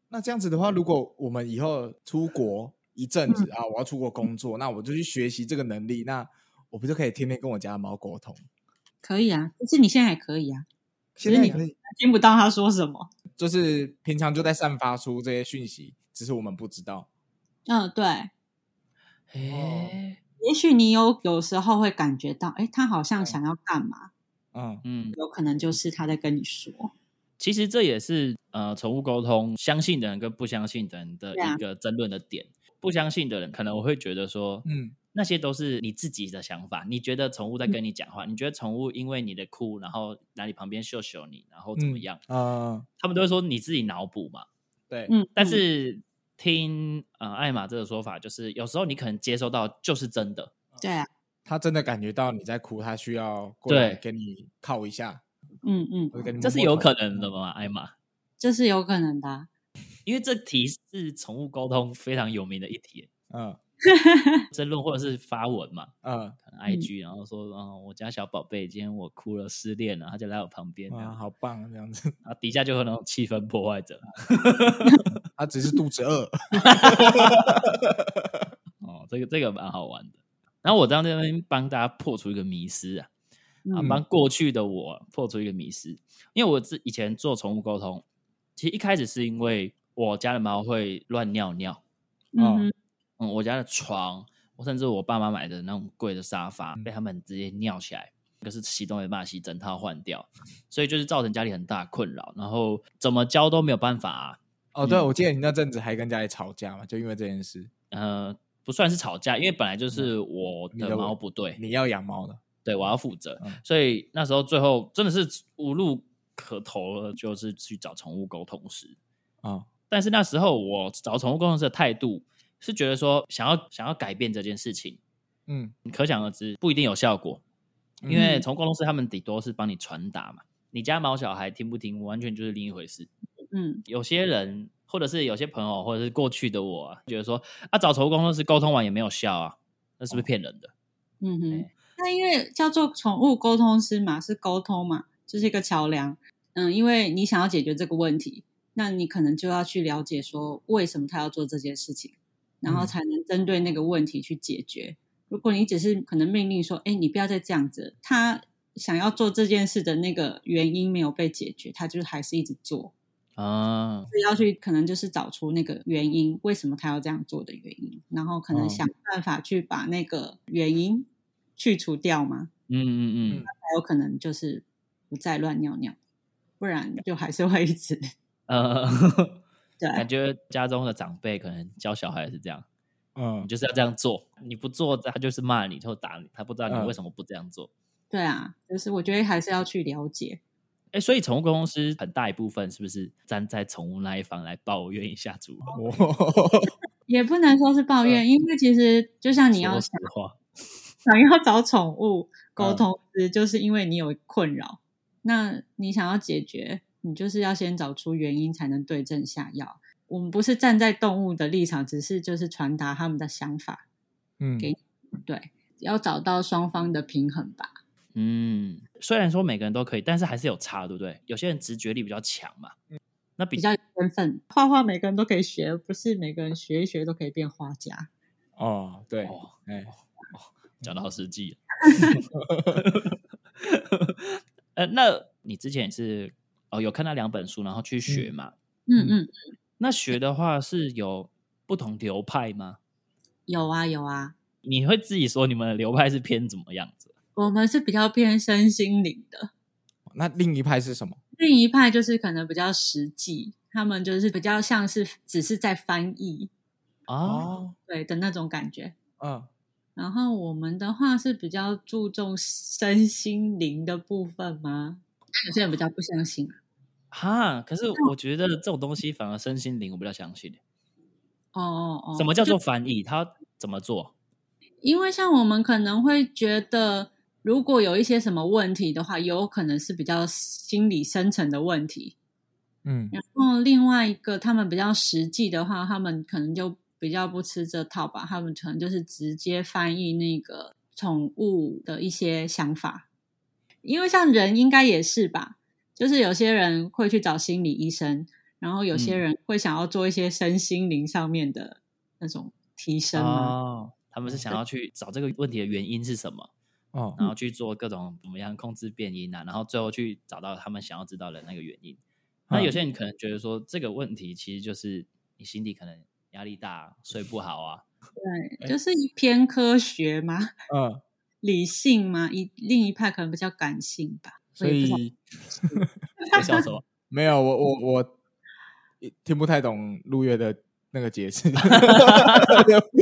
[SPEAKER 3] 那这样子的话，如果我们以后出国一阵
[SPEAKER 1] 嗯
[SPEAKER 3] 子、啊，我要出国工作，那我就去学习这个能力，那我不就可以天天跟我家的猫沟通？
[SPEAKER 2] 可以啊，可是你现在还可以啊，
[SPEAKER 3] 现在
[SPEAKER 2] 你
[SPEAKER 3] 也可以，
[SPEAKER 2] 听不到他说什么。
[SPEAKER 3] 就是平常就在散发出这些讯息，只是我们不知道。
[SPEAKER 2] 嗯，对，
[SPEAKER 1] 诶，
[SPEAKER 3] 哦
[SPEAKER 2] 也许你有有时候会感觉到，哎，他好像想要干嘛，
[SPEAKER 3] 嗯，
[SPEAKER 1] 嗯，
[SPEAKER 2] 有可能就是他在跟你说。
[SPEAKER 1] 其实这也是呃宠物沟通相信的人跟不相信的人的
[SPEAKER 2] 对啊
[SPEAKER 1] 一个争论的点。不相信的人可能我会觉得说，
[SPEAKER 3] 嗯，
[SPEAKER 1] 那些都是你自己的想法。你觉得宠物在跟你讲话，你觉得宠物因为你的哭，然后哪里旁边嗅嗅你，然后怎么
[SPEAKER 3] 嗯
[SPEAKER 1] 样？
[SPEAKER 3] 呃，
[SPEAKER 1] 他们都会说你自己脑补嘛。
[SPEAKER 3] 对，
[SPEAKER 2] 嗯，
[SPEAKER 1] 但是听呃艾玛这个说法，就是有时候你可能接收到就是真的，
[SPEAKER 2] 嗯对啊，
[SPEAKER 3] 他真的感觉到你在哭，他需要过来
[SPEAKER 1] 对
[SPEAKER 3] 给你靠一下，
[SPEAKER 2] 嗯嗯
[SPEAKER 3] 或，者给你摸摸
[SPEAKER 1] 这是有
[SPEAKER 3] 头
[SPEAKER 1] 可能的嘛？艾玛，
[SPEAKER 2] 这是有可能的啊、
[SPEAKER 1] 因为这题是宠物沟通非常有名的一题，
[SPEAKER 3] 嗯
[SPEAKER 1] 争论或者是发文嘛
[SPEAKER 3] 嗯
[SPEAKER 1] 可能，IG，然后说，嗯，我家小宝贝今天我哭了，失恋了，他就来我旁边，
[SPEAKER 3] 啊，
[SPEAKER 1] 然后
[SPEAKER 3] 好棒啊，这样子，
[SPEAKER 1] 然后底下就会有那种气氛破坏者，
[SPEAKER 3] 他只是肚 子饿。
[SPEAKER 1] 哦，这个这个蛮好玩的。然后我在那边帮大家破除一个迷思啊，啊，
[SPEAKER 2] 嗯
[SPEAKER 1] 帮过去的我破除一个迷思，因为我之以前做宠物沟通，其实一开始是因为我家的猫会乱尿尿，
[SPEAKER 2] 嗯哼，
[SPEAKER 1] 嗯，我家的床，我甚至我爸妈买的那种贵的沙发，被他们直接尿起来，可是洗都没办法洗，整套换掉，所以就是造成家里很大的困扰，然后怎么教都没有办法、啊，
[SPEAKER 3] 哦，对，
[SPEAKER 1] 嗯
[SPEAKER 3] 我记得你那阵子还跟家里吵架嘛，就因为这件事，
[SPEAKER 1] 呃，不算是吵架，因为本来就是我
[SPEAKER 3] 嗯你
[SPEAKER 1] 的
[SPEAKER 3] 的
[SPEAKER 1] 猫不对，
[SPEAKER 3] 你要养猫的，
[SPEAKER 1] 对，我要负责。
[SPEAKER 3] 嗯
[SPEAKER 1] 所以那时候最后真的是无路可投了，就是去找宠物沟通师。
[SPEAKER 3] 啊，
[SPEAKER 1] 但是那时候我找宠物沟通师的态度是觉得说，想要想要改变这件事情，
[SPEAKER 3] 嗯，
[SPEAKER 1] 可想而知不一定有效果，
[SPEAKER 3] 嗯
[SPEAKER 1] 因为宠物沟通师他们顶多是帮你传达嘛，你家毛小孩听不听完全就是另一回事。
[SPEAKER 2] 嗯
[SPEAKER 1] 有些人或者是有些朋友或者是过去的我、啊，觉得说啊，找宠物沟通师沟通完也没有效啊，那是不是骗人的？
[SPEAKER 2] 嗯哼
[SPEAKER 1] 哎。
[SPEAKER 2] 那因为叫做宠物沟通师嘛，是沟通嘛，就是一个桥梁。嗯，因为你想要解决这个问题，那你可能就要去了解说为什么他要做这件事情，然后
[SPEAKER 3] 嗯
[SPEAKER 2] 才能针对那个问题去解决。如果你只是可能命令说，哎，你不要再这样子，他想要做这件事的那个原因没有被解决，他就还是一直做。
[SPEAKER 3] 哦
[SPEAKER 1] 啊，
[SPEAKER 2] 所以要去可能就是找出那个原因，为什么他要这样做的原因，然后可
[SPEAKER 1] 嗯
[SPEAKER 2] 能
[SPEAKER 3] 哦
[SPEAKER 2] 想办法去把那个原因去除掉嘛，
[SPEAKER 1] 嗯嗯嗯
[SPEAKER 2] 才有可能就是不再乱尿尿，不然就还是会一直
[SPEAKER 1] 呃。
[SPEAKER 2] 对
[SPEAKER 1] 感觉家中的长辈可能教小孩也是这样，你
[SPEAKER 3] 嗯，
[SPEAKER 1] 就是要这样做，你不做他就是骂你，就打你，他不知道你
[SPEAKER 3] 嗯
[SPEAKER 1] 为什么不这样做。
[SPEAKER 2] 对啊，就是我觉得还是要去了解，
[SPEAKER 1] 哎，所以宠物公司很大一部分是不是站在宠物那一方来抱怨一下主人？
[SPEAKER 3] 我
[SPEAKER 2] 也不能说是抱怨，因为其实就像你要
[SPEAKER 1] 嗯说实
[SPEAKER 2] 想
[SPEAKER 1] 话，
[SPEAKER 2] 想要找宠物沟通师，就是因为你有困扰，那你想要解决，你就是要先找出原因，才能对症下药。我们不是站在动物的立场，只是就是传达他们的想法，
[SPEAKER 3] 嗯，
[SPEAKER 2] 给对，要找到双方的平衡吧。
[SPEAKER 1] 嗯，虽然说每个人都可以，但是还是有差，对不对？有些人直觉力比较强嘛，那比
[SPEAKER 2] 嗯比较有天分，画画每个人都可以学，不是每个人学一学都可以变画家。
[SPEAKER 3] 哦，对，
[SPEAKER 1] 哦
[SPEAKER 3] 哎，
[SPEAKER 1] 讲的好实 际。啊呃，那你之前也是哦，有看那两本书，然后去学嘛？
[SPEAKER 2] 嗯嗯，
[SPEAKER 1] 那学的话是有不同流派吗？
[SPEAKER 2] 有啊有啊，
[SPEAKER 1] 你会自己说你们的流派是偏怎么样子？
[SPEAKER 2] 我们是比较偏身心灵的，
[SPEAKER 3] 那另一派是什么？
[SPEAKER 2] 另一派就是可能比较实际，他们就是比较像是只是在翻译
[SPEAKER 1] 啊，，
[SPEAKER 2] 对的那种感觉。
[SPEAKER 3] 哦嗯，
[SPEAKER 2] 然后我们的话是比较注重身心灵的部分吗？有些人比较不相信啊
[SPEAKER 1] 啊哈，可是我觉得这种东西反而身心灵我比较相信。
[SPEAKER 2] 哦哦哦，
[SPEAKER 1] 什么叫做翻译？它怎么做？
[SPEAKER 2] 因为像我们可能会觉得，如果有一些什么问题的话，有可能是比较心理深层的问题。
[SPEAKER 3] 嗯，
[SPEAKER 2] 然后另外一个，他们比较实际的话，他们可能就比较不吃这套吧，他们可能就是直接翻译那个宠物的一些想法，因为像人应该也是吧，就是有些人会去找心理医生，然后有些
[SPEAKER 1] 嗯
[SPEAKER 2] 人会想要做一些身心灵上面的那种提升嘛，
[SPEAKER 1] 哦，他们是想要去找这个问题的原因是什么，
[SPEAKER 3] 哦，
[SPEAKER 1] 然后去做各种怎么样控制变音啊，然后最后去找到他们想要知道的那个原因。那有些人可能觉得说，这个问题其实就是你心里可能压力大、睡不好啊。
[SPEAKER 2] 对，就是偏科学嘛，
[SPEAKER 3] 嗯，
[SPEAKER 2] 理性嘛，一另一派可能比较感性吧，
[SPEAKER 3] 所
[SPEAKER 2] 我也不知道
[SPEAKER 3] 以
[SPEAKER 1] 在笑 什么？
[SPEAKER 3] 没有我我我听不太懂陆月的那个解释。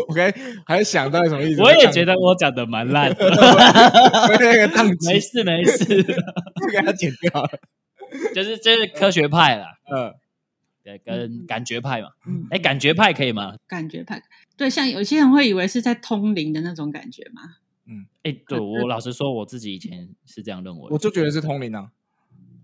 [SPEAKER 3] OK，还想到底什么意思？
[SPEAKER 1] 我也觉得我讲的蛮烂 的，
[SPEAKER 3] 那个档
[SPEAKER 1] 没
[SPEAKER 3] 期
[SPEAKER 1] 事没 事，
[SPEAKER 3] 就给他剪掉了。
[SPEAKER 1] 就是就是科学派啦，
[SPEAKER 3] 嗯，
[SPEAKER 1] 对，跟感觉派嘛。
[SPEAKER 2] 嗯
[SPEAKER 1] 哎，感觉派可以吗？
[SPEAKER 2] 感觉派对，像有些人会以为是在通灵的那种感觉嘛。
[SPEAKER 1] 哎，对我老实说，我自己以前是这样认为
[SPEAKER 3] 我就觉得是通灵啊，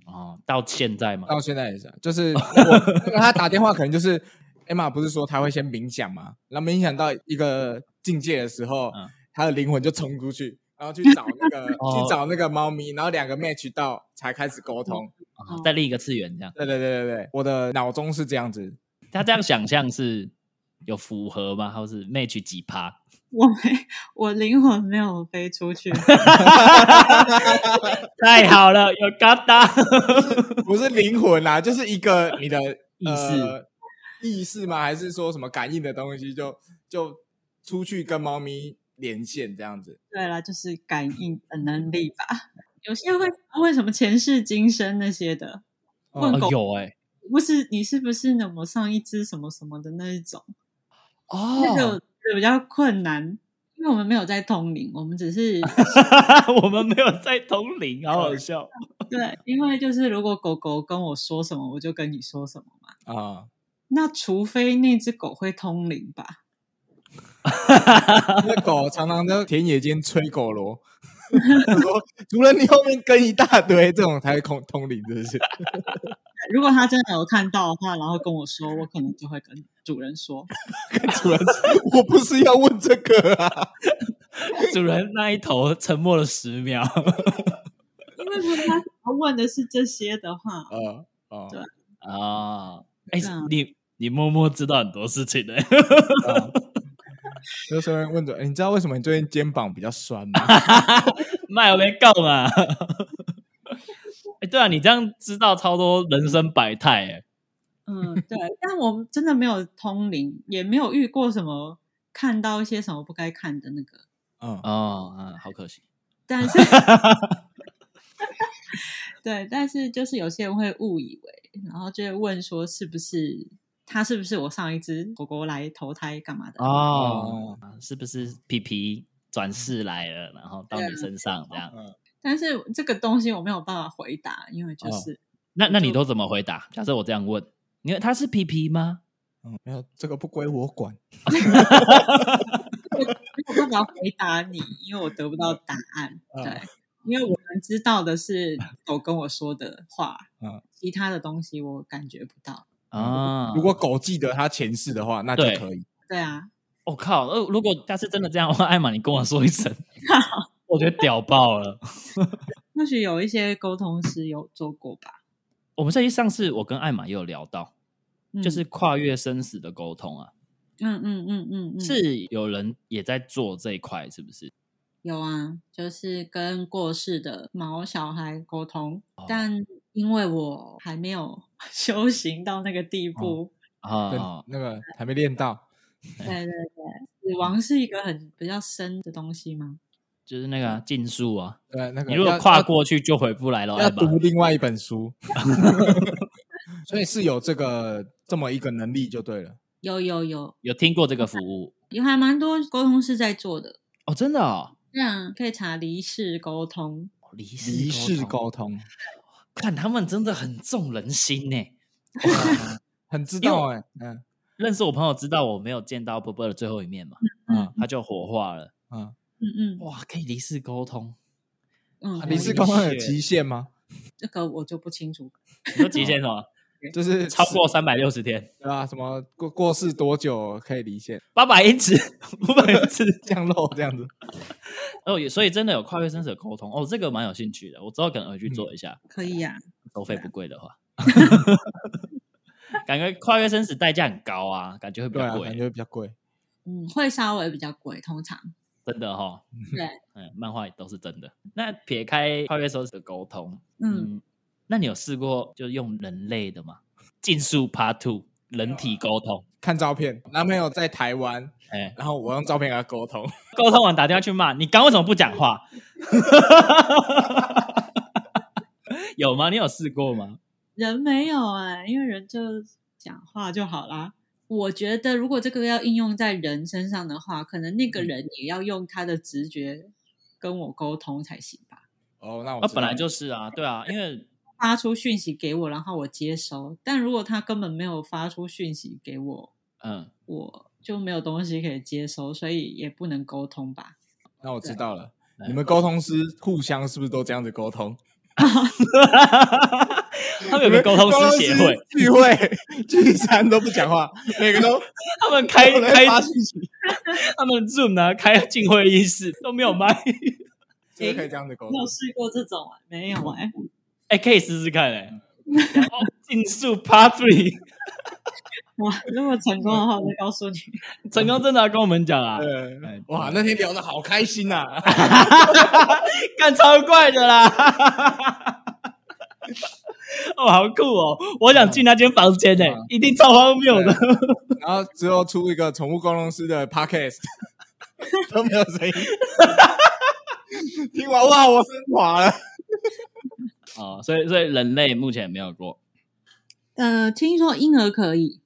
[SPEAKER 1] 哦，到现在嘛，
[SPEAKER 3] 到现在也是啊， 就是我那个他打电话可能就是艾玛不是说他会先冥想嘛，然后冥想到一个境界的时候，
[SPEAKER 1] 嗯
[SPEAKER 3] 他的灵魂就冲出去。然后去找那个，
[SPEAKER 1] 哦
[SPEAKER 3] 去找那个猫咪，然后两个 match 到才开始沟通。
[SPEAKER 1] 啊在另一个次元这样。
[SPEAKER 3] 对对对对对，我的脑中是这样子，
[SPEAKER 1] 他这样想象是有符合吗？或是 match 几趴？
[SPEAKER 2] 我没，我灵魂没有飞出去，
[SPEAKER 1] 太好了，有嘎达
[SPEAKER 3] 不是灵魂啦，就是一个你的
[SPEAKER 1] 意哦
[SPEAKER 3] 呃意识吗？还是说什么感应的东西就就出去跟猫咪连线这样子？
[SPEAKER 2] 对啦，就是感应的能力吧。有些会为什么前世今生那些的，问
[SPEAKER 1] 哦
[SPEAKER 2] 狗、
[SPEAKER 1] 有哎、
[SPEAKER 2] 不是你是不是那么上一只什么什么的那一种，那
[SPEAKER 1] 哦，
[SPEAKER 2] 个比较困难，因为我们没有在通灵，我们只是
[SPEAKER 1] 我们没有在同龄，好好 笑。
[SPEAKER 2] 对，因为就是如果狗狗跟我说什么，我就跟你说什么嘛。
[SPEAKER 3] 啊、
[SPEAKER 2] 那除非那只狗会通灵吧。
[SPEAKER 3] 那狗常常在田野间吹狗螺， 我说除了你后面跟一大堆，这种才会通通灵，是不是？
[SPEAKER 2] 如果他真的有看到的话，然后跟我说，我可能就会跟主人说。
[SPEAKER 3] 跟主人说，我不是要问这个啊，
[SPEAKER 1] 主人那一头沉默了十秒，
[SPEAKER 2] 因为如果他想要问的是这些的话，
[SPEAKER 3] 呃哦
[SPEAKER 2] 对
[SPEAKER 1] 啊、 哦，哎、
[SPEAKER 2] 嗯
[SPEAKER 1] 你你默默知道很多事情的、
[SPEAKER 3] 哦 就顺便问主哎人，你知道为什么你最近肩膀比较酸 吗？
[SPEAKER 1] 卖我没够嘛。 哎、对啊，你这样知道超多人生百态哎、
[SPEAKER 2] 嗯，对。但我们真的没有通灵，也没有遇过什么看到一些什么不该看的那个。
[SPEAKER 3] 嗯，
[SPEAKER 1] 哦，嗯，好可惜。
[SPEAKER 2] 但是，对，但是就是有些人会误以为，然后就会问说，是不是他是不是我上一只狗狗来投胎干嘛
[SPEAKER 1] 哦
[SPEAKER 2] 的？
[SPEAKER 3] 哦
[SPEAKER 2] 啊
[SPEAKER 1] 哦，是不是皮皮转世来了，然后到你身上这样？
[SPEAKER 3] 嗯
[SPEAKER 2] 但是这个东西我没有办法回答，因为就是、
[SPEAKER 1] 那那你都怎么回答？假设我这样问，你他是皮皮吗？
[SPEAKER 3] 嗯，没有这个不归我管。
[SPEAKER 2] 没有办法回答你，因为我得不到答案。
[SPEAKER 3] 嗯
[SPEAKER 2] 对，因为我们知道的是狗跟我说的 话，
[SPEAKER 3] 嗯
[SPEAKER 2] 其他的东西我感觉不到。
[SPEAKER 1] 啊，
[SPEAKER 3] 如果狗记得它前世的话，那就
[SPEAKER 1] 对
[SPEAKER 3] 可以。
[SPEAKER 2] 对啊，
[SPEAKER 1] 我、靠，呃，如果下次真的这样的话，艾玛，你跟我说一 声，我觉得屌爆了。
[SPEAKER 2] 或许有一些沟通师有做过吧。
[SPEAKER 1] 我们这一上次我跟艾玛也有聊到，
[SPEAKER 2] 嗯
[SPEAKER 1] 就是跨越生死的沟通啊，
[SPEAKER 2] 嗯嗯嗯嗯嗯，
[SPEAKER 1] 是有人也在做这一块，是不是？
[SPEAKER 2] 有啊，就是跟过世的毛小孩沟通，
[SPEAKER 1] 哦
[SPEAKER 2] 但因为我还没有 修行到那个地步，
[SPEAKER 3] 对
[SPEAKER 1] 啊，
[SPEAKER 3] 那个还没练到，
[SPEAKER 2] 对对对，死亡是一个很比较深的东西嘛。
[SPEAKER 1] 就是那个啊禁术啊，
[SPEAKER 3] 对，呃那个
[SPEAKER 1] 你如果
[SPEAKER 3] 要
[SPEAKER 1] 跨
[SPEAKER 3] 要
[SPEAKER 1] 过去就回不来了，艾
[SPEAKER 3] 要
[SPEAKER 1] 玛。
[SPEAKER 3] 读另外一本书， 所以是有这个这么一个能力就对了。
[SPEAKER 2] 有有有，
[SPEAKER 1] 有听过这个服务
[SPEAKER 2] 有还蛮多沟通师在做的，
[SPEAKER 1] 哦，真的哦，
[SPEAKER 2] 这样可以查离世沟通。
[SPEAKER 1] 哦离世
[SPEAKER 3] 离世
[SPEAKER 1] 沟通，
[SPEAKER 3] 沟通，
[SPEAKER 1] 看他们真的很重人心呢。
[SPEAKER 3] 哇很知道哎、嗯
[SPEAKER 1] 认识我朋友知道我没有见到波波的最后一面嘛，
[SPEAKER 3] 啊
[SPEAKER 1] 他就火化了。
[SPEAKER 3] 啊，
[SPEAKER 2] 嗯嗯
[SPEAKER 1] 嗯哇，可以离世沟通，
[SPEAKER 2] 嗯，
[SPEAKER 3] 啊
[SPEAKER 2] 我
[SPEAKER 3] 离世沟通有极限吗？
[SPEAKER 2] 这个我就不清楚。
[SPEAKER 1] 你说极限什 么？
[SPEAKER 3] 就是
[SPEAKER 1] 超过三百六十天，
[SPEAKER 3] 对啊，什么过过世多久可以离线
[SPEAKER 1] 八百英尺，五百英尺。
[SPEAKER 3] 降落这 样子？
[SPEAKER 1] 哦，也所以真的有跨越生死的沟通哦，这个蛮有兴趣的，我之后可能回去做一下，
[SPEAKER 2] 可以啊呀、
[SPEAKER 1] 收费不贵的话。 感觉跨越生死代价很高啊，感觉会比
[SPEAKER 3] 对
[SPEAKER 1] 较
[SPEAKER 3] 啊，
[SPEAKER 1] 贵，
[SPEAKER 3] 感觉比较贵。
[SPEAKER 2] 嗯，会稍微比较贵，通常。
[SPEAKER 1] 真的哈、哦。
[SPEAKER 2] 对，
[SPEAKER 1] 嗯，漫画也都是真的。那撇开跨越生死的沟通，
[SPEAKER 2] 嗯，
[SPEAKER 1] 嗯，那你有试过就用人类的吗？竞速 Part Two 人
[SPEAKER 3] 啊
[SPEAKER 1] 体沟通，
[SPEAKER 3] 看照片，男朋友在台湾，
[SPEAKER 1] 哎、
[SPEAKER 3] 然后我用照片跟他沟通，
[SPEAKER 1] 沟通完打电话去骂你，刚为什么不讲话？ 有吗？你有试过吗？
[SPEAKER 2] 人没有哎、因为人就讲话就好啦。我觉得如果这个要应用在人身上的话，可能那
[SPEAKER 3] 嗯
[SPEAKER 2] 个人也要用他的直觉跟我沟通才行吧。
[SPEAKER 3] 哦，那我
[SPEAKER 1] 那、
[SPEAKER 3] 知
[SPEAKER 1] 本来
[SPEAKER 3] 道
[SPEAKER 1] 就是啊，对啊，因为
[SPEAKER 2] 发出讯息给我，然后我接收。但如果他根本没有发出讯息给我，
[SPEAKER 1] 嗯，
[SPEAKER 2] 我就没有东西可以接收，所以也不能沟通吧。
[SPEAKER 3] 那我知道了。
[SPEAKER 1] 对
[SPEAKER 3] 你们沟通师互相是不是都这样子沟通？
[SPEAKER 1] 他们有个沟通师协会，
[SPEAKER 3] 聚会聚餐都不讲话，每个都
[SPEAKER 1] 他们 开
[SPEAKER 3] 都在
[SPEAKER 1] 开
[SPEAKER 3] 发信息，
[SPEAKER 1] 他们 Zoom 啊，开进会议室都没有麦，
[SPEAKER 3] 这个可以这样子沟
[SPEAKER 2] 你
[SPEAKER 3] 通
[SPEAKER 2] 有。试过这种、啊？没有
[SPEAKER 3] 嗯
[SPEAKER 2] 哎、
[SPEAKER 1] 哎、可以试试看 哎、然后竞速 Part Three
[SPEAKER 2] 我如果成功的话，我就告诉你。
[SPEAKER 1] 成功真的要跟我们讲啊，
[SPEAKER 3] 对，哇，那天聊的好开心呐！
[SPEAKER 1] 干超怪的啦！哦，好酷哦！我想进那间房间呢、
[SPEAKER 3] 嗯
[SPEAKER 1] 一定超荒谬的。
[SPEAKER 3] 然后之后出一个宠物沟通师的 podcast，都没有声音。 听完哇，我升华了。
[SPEAKER 1] 哦，所以所以人类目前没有过，
[SPEAKER 2] 呃，听说婴儿可以，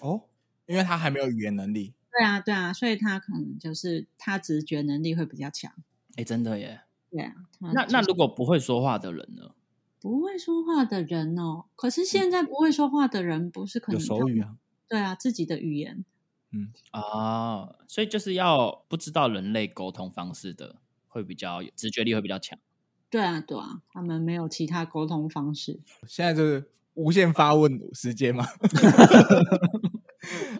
[SPEAKER 3] 哦，因为他还没有语言能力，
[SPEAKER 2] 对啊，对啊，所以他可能就是他直觉能力会比较强。
[SPEAKER 1] 哎、真的耶。嗯
[SPEAKER 2] 对啊，他
[SPEAKER 1] 那
[SPEAKER 2] 就是
[SPEAKER 1] 那如果不会说话的人呢？
[SPEAKER 2] 不会说话的人哦，可
[SPEAKER 3] 嗯
[SPEAKER 2] 是现在不会说话的人不是可能他们
[SPEAKER 3] 啊。
[SPEAKER 2] 对啊，自己的语言
[SPEAKER 1] 啊、所以就是要不知道人类沟通方式的，会比较直觉力会比较强。
[SPEAKER 2] 对啊，对啊，他们没有其他沟通方式。
[SPEAKER 3] 现在就是无限发问时 间嘛。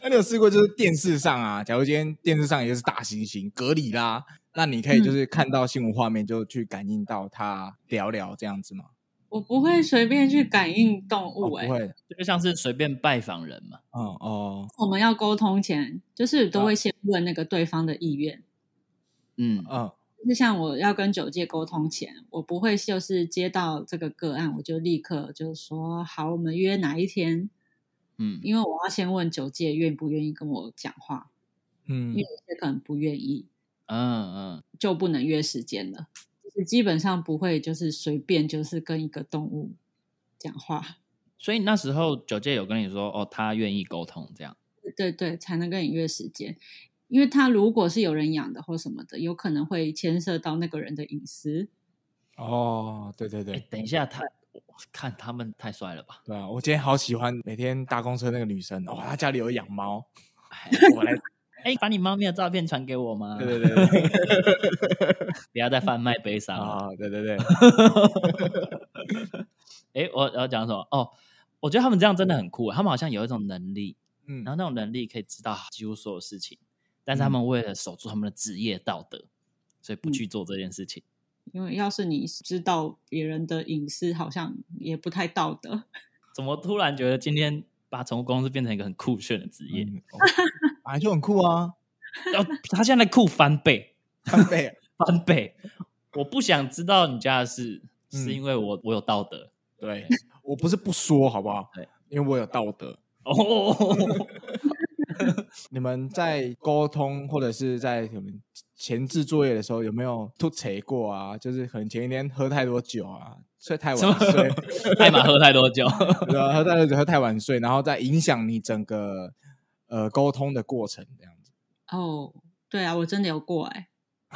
[SPEAKER 3] 那你有试过就是电视上啊？假如今天电视上也就是大猩猩格里拉，那你可
[SPEAKER 1] 嗯
[SPEAKER 3] 以就是看到新闻画面就去感应到他聊聊这样子吗？
[SPEAKER 2] 我不会随便去感应动
[SPEAKER 3] 嗯哦
[SPEAKER 2] 物、
[SPEAKER 3] 不
[SPEAKER 2] 欸，
[SPEAKER 3] 会，
[SPEAKER 1] 就像是随便拜访人嘛。
[SPEAKER 3] 嗯哦
[SPEAKER 2] 我们要沟通前，就是
[SPEAKER 3] 啊
[SPEAKER 2] 都会先问那个对方的意愿。
[SPEAKER 1] 嗯，
[SPEAKER 3] 嗯
[SPEAKER 2] 就是像我要跟九界沟通前，我不会就是接到这个个案，我就立刻就说好，我们约哪一天？
[SPEAKER 1] 嗯
[SPEAKER 2] 因为我要先问九界愿不愿意跟我讲话，因
[SPEAKER 3] 嗯
[SPEAKER 2] 为，有些可能不愿意，
[SPEAKER 1] 嗯嗯，
[SPEAKER 2] 就不能约时间了。就是基本上不会就是随便就是跟一个动物讲话，
[SPEAKER 1] 所以那时候九界有跟你说，哦，他愿意沟通这样。
[SPEAKER 2] 对对对，才能跟你约时间。因为他如果是有人养的或什么的，有可能会牵涉到那个人的隐私，
[SPEAKER 3] 哦，对对
[SPEAKER 1] 哎、
[SPEAKER 3] 对
[SPEAKER 1] 等一下，他看他们太帅了吧？
[SPEAKER 3] 对啊！我今天好喜欢每天搭公车那个女生，哇，她家里有养猫，
[SPEAKER 1] 哎
[SPEAKER 3] 我来，
[SPEAKER 1] 哎、把你猫咪的照片传给我吗？
[SPEAKER 3] 对对对对
[SPEAKER 1] 不要再贩卖悲伤了。
[SPEAKER 3] 啊，对对对，
[SPEAKER 1] 哎、我我要讲什么？哦，我觉得他们这样真的很酷，欸他们好像有一种能力，
[SPEAKER 3] 嗯
[SPEAKER 1] 然后那种能力可以知道几乎所有事情，但是
[SPEAKER 3] 嗯
[SPEAKER 1] 他们为了守住他们的职业道德，所以不去做这件事情。
[SPEAKER 2] 因为要是你知道别人的隐私，好像也不太道德。
[SPEAKER 1] 怎么突然觉得今天把宠物公司变成一个很酷炫的职业？
[SPEAKER 3] 嗯，本来就很酷啊，
[SPEAKER 1] 然后他现在酷翻倍，
[SPEAKER 3] 翻倍，啊
[SPEAKER 1] 翻倍！我不想知道你家的事，
[SPEAKER 3] 嗯
[SPEAKER 1] 是因为我我有道德
[SPEAKER 3] 对我不是不说好不好？
[SPEAKER 1] 对，
[SPEAKER 3] 因为我有道德。
[SPEAKER 1] 哦。
[SPEAKER 3] 你们在沟通或者是在你们前置作业的时候，有没有吐槽过啊？就是可能前一天喝太多酒啊，睡太
[SPEAKER 1] 什么
[SPEAKER 3] 晚睡，
[SPEAKER 1] 艾玛喝太多酒，
[SPEAKER 3] 对啊，喝太多酒喝太晚睡，然后再影响你整个呃沟通的过程，这样子。
[SPEAKER 2] 哦，对啊，我真的有过哎、